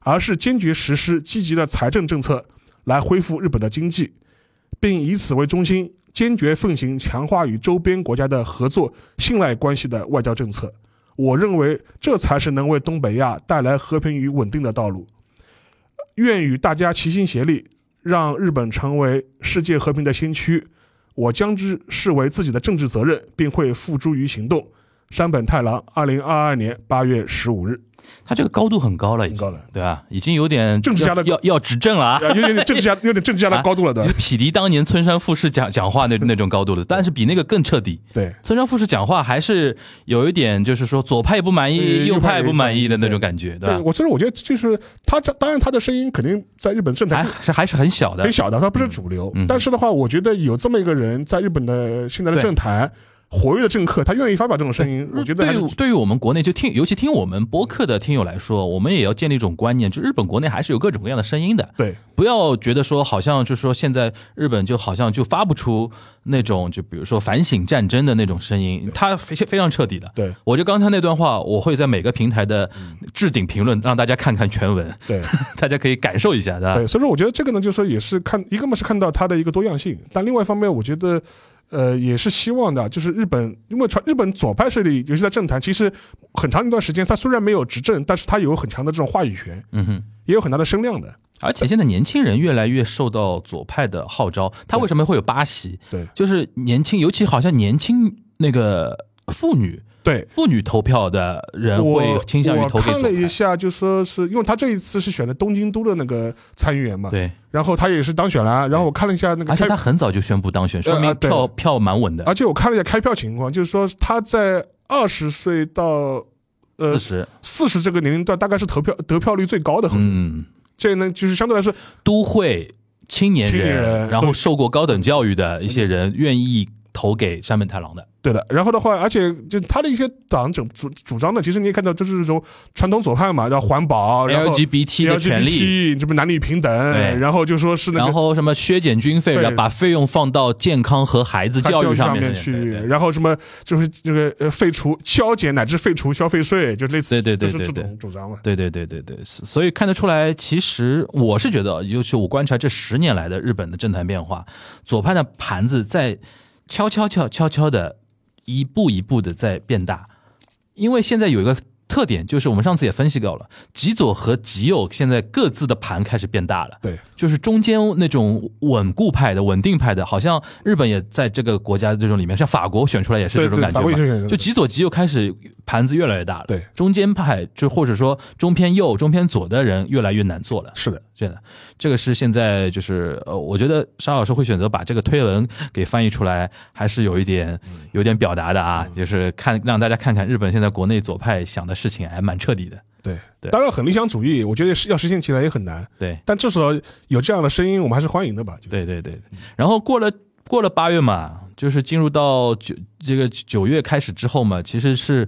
C: 而是坚决实施积极的财政政策来恢复日本的经济，并以此为中心，坚决奉行强化与周边国家的合作信赖关系的外交政策。我认为这才是能为东北亚带来和平与稳定的道路。愿与大家齐心协力，让日本成为世界和平的先驱。我将之视为自己的政治责任，并会付诸于行动。山本太郎，二零二二年八月十五日。
D: 他这个高度很高了，已
C: 很
D: 经
C: 高了，
D: 对吧？已经有点
C: 政治家的
D: 要要要执政了啊。
C: 啊有点政治家，有点政治家的高度了，对
D: 就是匹敌当年村山富士讲讲 话那那种高度了，但是比那个更彻底。
C: 对。
D: 村山富士讲话还是有一点，就是说左派不满
C: 呃
D: 意，
C: 右派
D: 派不满意的那种感觉，对
C: 对，
D: 吧？
C: 我其实我觉得就是他，当然他的声音肯定在日本政
D: 还
C: 坛
D: 是还是很小的
C: 很，小的，他不是主流。
D: 嗯嗯
C: 但是的话，我觉得有这么一个人在日本的现在的
D: 对
C: 政坛活跃的政客，他愿意发表这种声音，我觉得还
D: 对
C: 是
D: 于对于我们国内就听，尤其听我们播客的听友来说，我们也要建立一种观念，就日本国内还是有各种各样的声音的，
C: 对
D: 不要觉得说好像就是说现在日本就好像就发不出那种就比如说反省战争的那种声音，它非非常彻底的。
C: 对
D: 我就刚才那段话，我会在每个平台的
C: 嗯
D: 置顶评论让大家看看全文，
C: 对
D: 大家可以感受一下的。
C: 对，所以说我觉得这个呢，就是说也是看一个嘛是看到它的一个多样性，但另外一方面，我觉得。呃，也是希望的，就是日本，因为传日本左派势力，尤其在政坛，其实很长一段时间，他虽然没有执政，但是他有很强的这种话语权，
D: 嗯哼。
C: 也有很大的声量的。
D: 而且现在年轻人越来越受到左派的号召，他为什么会有巴西？
C: 对
D: 就是年轻，尤其好像年轻那个妇女，
C: 对，
D: 妇女投票的人会
C: 我
D: 倾向于投
C: 我看
D: 给
C: 了一
D: 左派。
C: 下，就说是因为他这一次是选的东京都的那个参议员嘛，
D: 对，
C: 然后他也是当选了。啊然后我看了一下那个
D: 而且
C: 开
D: 他，很早就宣布当选，说
C: 呃
D: 明
C: 啊对呃
D: 票票蛮稳的
C: 而，且我看了一下开票情况，就是说他在二十岁到呃
D: 四十。
C: 四十这个年龄段，大概是投票得票率最高的。
D: 嗯，
C: 这呢，就是相对来说，
D: 都会青年
C: 青年
D: 人，
C: 人
D: 然后受过高等教育的一些人愿意投给山本太郎的。
C: 对的。然后的话，而且就他的一些党整主主张呢，其实你也看到，就是这种传统左派嘛，然后环保，然后
D: LGBT 的权利，
C: LGBT，这不男女平等
D: 对，
C: 然后就说是那个
D: 然后什么削减军费，
C: 对
D: 然后把费用放到健康和孩子
C: 它
D: 教
C: 教
D: 育
C: 育上
D: 面
C: 去，
D: 对对对
C: 然后什么就是这个呃废除消减乃至废除消费税，就类似
D: 对对对
C: 就是
D: 对
C: 这
D: 对
C: 种主张嘛。
D: 对对对对对，所所以看得出来，其实我是觉得，尤其我观察这十年来的日本的政坛变化，左派的盘子在悄悄悄悄悄的一步一步的在变大，因为现在有一个特点，就是我们上次也分析到了，极左和极右现在各自的盘开始变大了。
C: 对，
D: 就是中间那种稳固派的、稳定派的，好像日本也在这个国家这种里面，像法国选出来也是这
C: 对
D: 种
C: 对
D: 感
C: 法
D: 觉嘛
C: 国也是这种
D: 就极左极右开始盘子越来越大了。
C: 对
D: 中间派就或者说中偏右、中偏左的人越来越难做了。
C: 是的，
D: 真的，这个是现在就是呃，我觉得沙老师会选择把这个推文给翻译出来，还是有一点有点表达的啊，就是看让大家看看日本现在国内左派想的事情还蛮彻底的。
C: 对
D: 对
C: 当然很理想主义，我觉得是要实现起来也很难，
D: 对，
C: 但至少有这样的声音，我们还是欢迎的吧。就
D: 对对对。然后过了过了八月嘛，就是进入到九这个九月开始之后嘛，其实是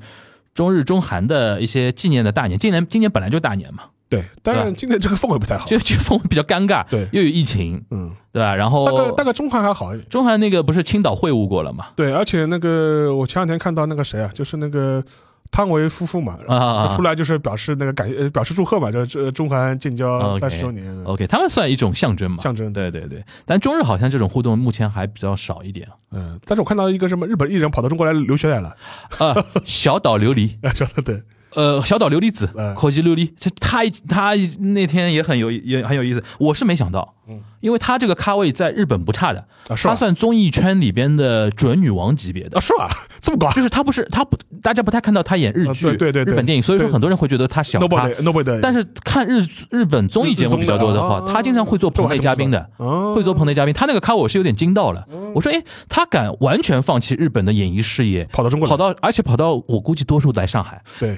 D: 中日中韩的一些纪念的大年，今年今年本来就大年嘛，
C: 对，当
D: 对
C: 然
D: 吧
C: 今天这个氛围不太好
D: 就。就氛围比较尴尬，
C: 对
D: 又有哦疫情，
C: 嗯，
D: 对吧？然
C: 大概
D: 后
C: 大概中韩还好一点。
D: 中韩那个不是青岛会晤过了嘛？
C: 对，而且那个我前两天看到那个谁啊，就是那个汤唯夫妇嘛，
D: 啊啊
C: 他
D: 啊
C: 出来就是表示那个感呃表示祝贺嘛，就是这中韩建交
D: 啊 OK
C: 三十周年
D: ，OK，他们算一种象征嘛？
C: 象征。
D: 对对对，但中日好像这种互动目前还比较少一点
C: 嗯，但是我看到一个什么日本艺人跑到中国来留学来了，
D: 啊。小岛琉璃，
C: 啊，真的对。
D: 呃，小岛琉璃子
C: 嗯，
D: 口吉琉璃，这他他那天也很有也很有意思，我是没想到，因为他这个咖位在日本不差的，
C: 啊嗯是吧
D: 他算综艺圈里边的准女王级别的
C: 啊，。是吧？ 这么高啊
D: 就是他不是他不，大家不太看到他演日剧、
C: 啊对对对对
D: 日本电影，所以说
C: 对
D: 很多人会觉得他小咖
C: ？Nobody，Nobody，。Nobody
D: 但是看日日本综艺节目比较多的话
C: 日，综的
D: 他经常会做
C: 这
D: 棚
C: 我还
D: 内
C: 真
D: 嘉宾
C: 不知
D: 的，
C: 哦嗯
D: 会做棚内嘉宾。他那个咖我是有点惊到了，我说哎，他敢完全放弃日本的演艺事业，
C: 跑到中国来
D: 跑到而且跑到我估计多数来上海，
C: 对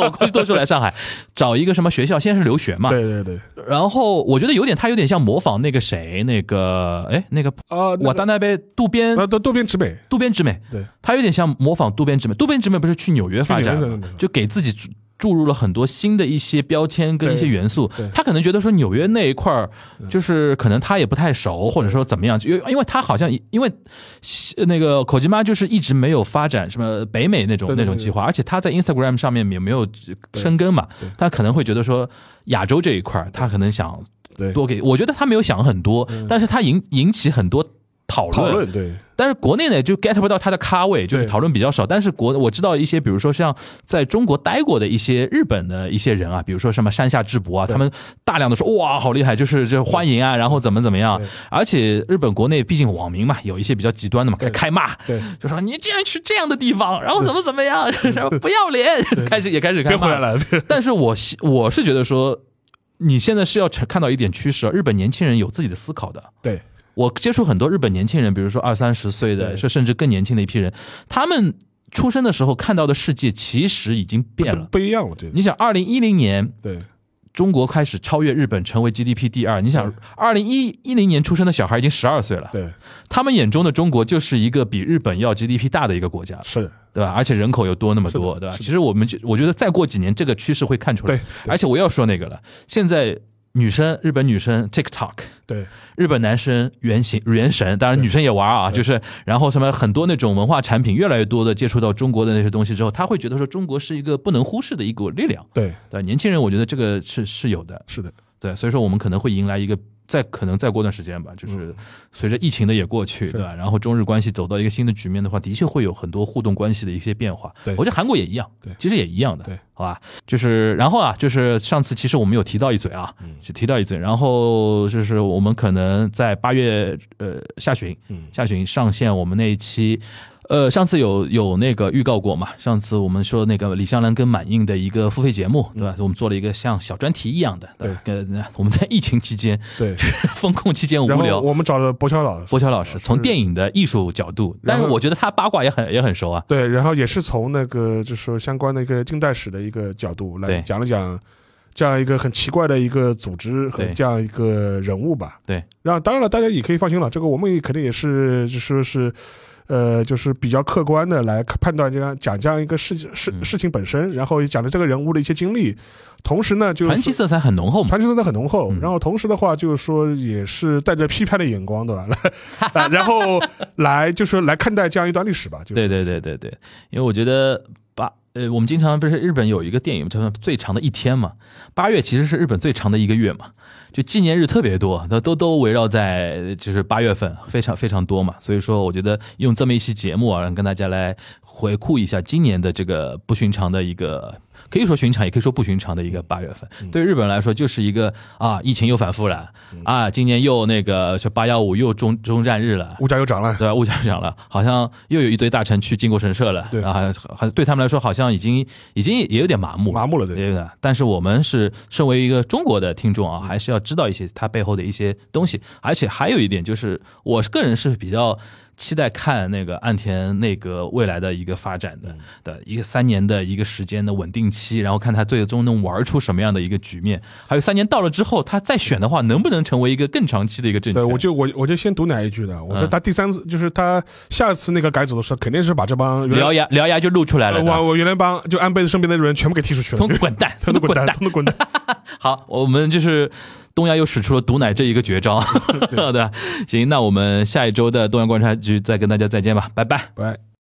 D: 我估计多数来上海 找一个什么学校，先是留学嘛，
C: 对对对
D: 然后我觉得有点他有点像模仿那个谁，那个哎那个
C: 啊，
D: 我
C: 当
D: 当那边渡边
C: 啊，都渡边直美，
D: 渡边直美，
C: 对
D: 他有点像模仿渡边直美。渡边直美不是去纽约发展
C: 去纽约
D: 吗
C: 的那，个
D: 就给自己主注入了很多新的一些标签跟一些
C: 对
D: 元素
C: 对，嗯
D: 他可能觉得说纽约那一块儿，就是可能他也不太熟，或者说怎么样，因为因为他好像因为呃那个口吉妈就是一直没有发展什么北美那种
C: 对对
D: 那
C: 对
D: 种计划，而且他在 Instagram 上面也没有生根嘛
C: 对，
D: 他可能会觉得说亚洲这一块儿，他可能想
C: 对，嗯
D: 多给，我觉得他没有想很多，但是他引引起很多讨
C: 讨
D: 论，
C: 论对
D: 但是国内呢就 get 不到他的咖位，就是
C: 对
D: 讨论比较少。但是国我知道一些，比如说像在中国待过的一些日本的一些人啊，比如说什么山下智博啊，他们大量的说哇好厉害，就是这欢迎啊，然后怎么怎么样
C: 对。
D: 而且日本国内毕竟网民嘛，有一些比较极端的嘛，开
C: 对
D: 始开骂，
C: 对，
D: 就说你竟然去这样的地方，然后怎么怎么样， 然后不要脸，开始也开始开
C: 别
D: 骂
C: 回来了，别
D: 但是我希我是觉得说，你现在是要看到一点趋势啊，日本年轻人有自己的思考的。
C: 对
D: 我接触很多日本年轻人，比如说二三十岁的，
C: 对
D: 是甚至更年轻的一批人，他们出生的时候看到的世界其实已经变了。
C: 不一样了，这
D: 你想，二零一零年
C: 对
D: 中国开始超越日本，成为 GDP 第二。你想，二零一一零年出生的小孩已经十二岁了，
C: 对
D: 他们眼中的中国就是一个比日本要 GDP 大的一个国家。
C: 是，
D: 对吧？而且人口又多那么多，对吧？其实我们就我觉得再过几年这个趋势会看出来
C: 对。对
D: 而且我要说那个了，现在女生日本女生 TikTok，
C: 对
D: 日本男生原型原神，当然
C: 对
D: 女生也玩啊，就是然后什么很多那种文化产品越来越多的接触到中国的那些东西之后，他会觉得说中国是一个不能忽视的一股力量。
C: 对
D: 对吧，年轻人我觉得这个是是有的，
C: 是的，
D: 对，所以说我们可能会迎来一个。再可能再过段时间吧，就是
C: 嗯
D: 随着疫情的也过去，对吧？然后中日关系走到一个新的局面的话，的确会有很多互动关系的一些变化。
C: 对
D: 我觉得韩国也一样，
C: 对
D: 其实也一样的，
C: 对，
D: 好吧？就是然后啊，就是上次其实我们有提到一嘴啊，就提到一嘴，然后就是我们可能在八月呃下旬，
C: 嗯
D: 下旬上线我们那一期。呃，上次有有那个预告过嘛？上次我们说那个李香兰跟满映的一个付费节
C: 嗯
D: 目，对吧？我们做了一个像小专题一样的，吧跟我们在疫情期间、
C: 对。
D: 风控期间无
C: 然后
D: 聊，
C: 我们找了博乔老师，
D: 波乔老师从电影的艺术角度，但
C: 然
D: 是
C: 后
D: 我觉得他八卦也很也很熟啊。
C: 对，然后也是从那个就是说相关的一个近代史的一个角度
D: 对
C: 来讲了讲这样一个很奇怪的一个组织和
D: 对
C: 这样一个人物吧。
D: 对，
C: 然后当然了，大家也可以放心了，这个我们也肯定也是就说是。呃，就是比较客观的来判断这样讲这样一个事事
D: 嗯
C: 事情本身，然后也讲了这个人物的一些经历，同时呢，就是
D: 传奇色彩很浓厚嘛，
C: 传奇色彩很浓厚
D: 嗯，
C: 然后同时的话就是说也是带着批判的眼光，对 吧？来，啊然后来就是说来看待这样一段历史吧，就是
D: 对对对对对，因为我觉得八呃，我们经常不是日本有一个电影叫做《最长的一天》嘛，八月其实是日本最长的一个月嘛，就纪念日特别多，它都都围绕在就是八月份，非常非常多嘛。所以说，我觉得用这么一期节目啊，跟大家来回顾一下今年的这个不寻常的一个。可以说寻常，也可以说不寻常的一个八月
C: 嗯
D: 份，对日本来说就是一个啊，疫情又反复了啊，今年又那个就八幺五又中中战日了，
C: 物价又涨了，
D: 对吧？物价涨了，好像又有一堆大臣去进过神社了，
C: 对
D: 啊，还还对他们来说，好像已经已经也有点麻木了，
C: 麻木了，对。
D: 对的。但是我们是身为一个中国的听众啊，
C: 嗯
D: 还是要知道一些它背后的一些东西。而且还有一点就是，我个人是比较期待看那个岸田那个未来的一个发展
C: 嗯
D: 的的一个三年的一个时间的稳定期，然后看他最终能玩出什么样的一个局面。还有三年到了之后，他再选的话，能不能成为一个更长期的一个政
C: 对，
D: 权？
C: 我就我我就先读哪一句呢？我说
D: 嗯
C: 他第三次、就是他下次那个改组的时候，肯定是把这帮原
D: 獠牙獠牙就露出来了
C: 呃
D: 的。
C: 我我原来帮就安倍身边的人全部给踢出 去了，
D: 通通滚蛋，
C: 通通滚蛋，
D: 蛋。
C: 通通滚 蛋。
D: 好，我们就是东亚又使出了毒奶这一个绝 招，对吧？行，那我们下一周的东亚观察局再跟大家再见吧，拜拜。
C: 拜。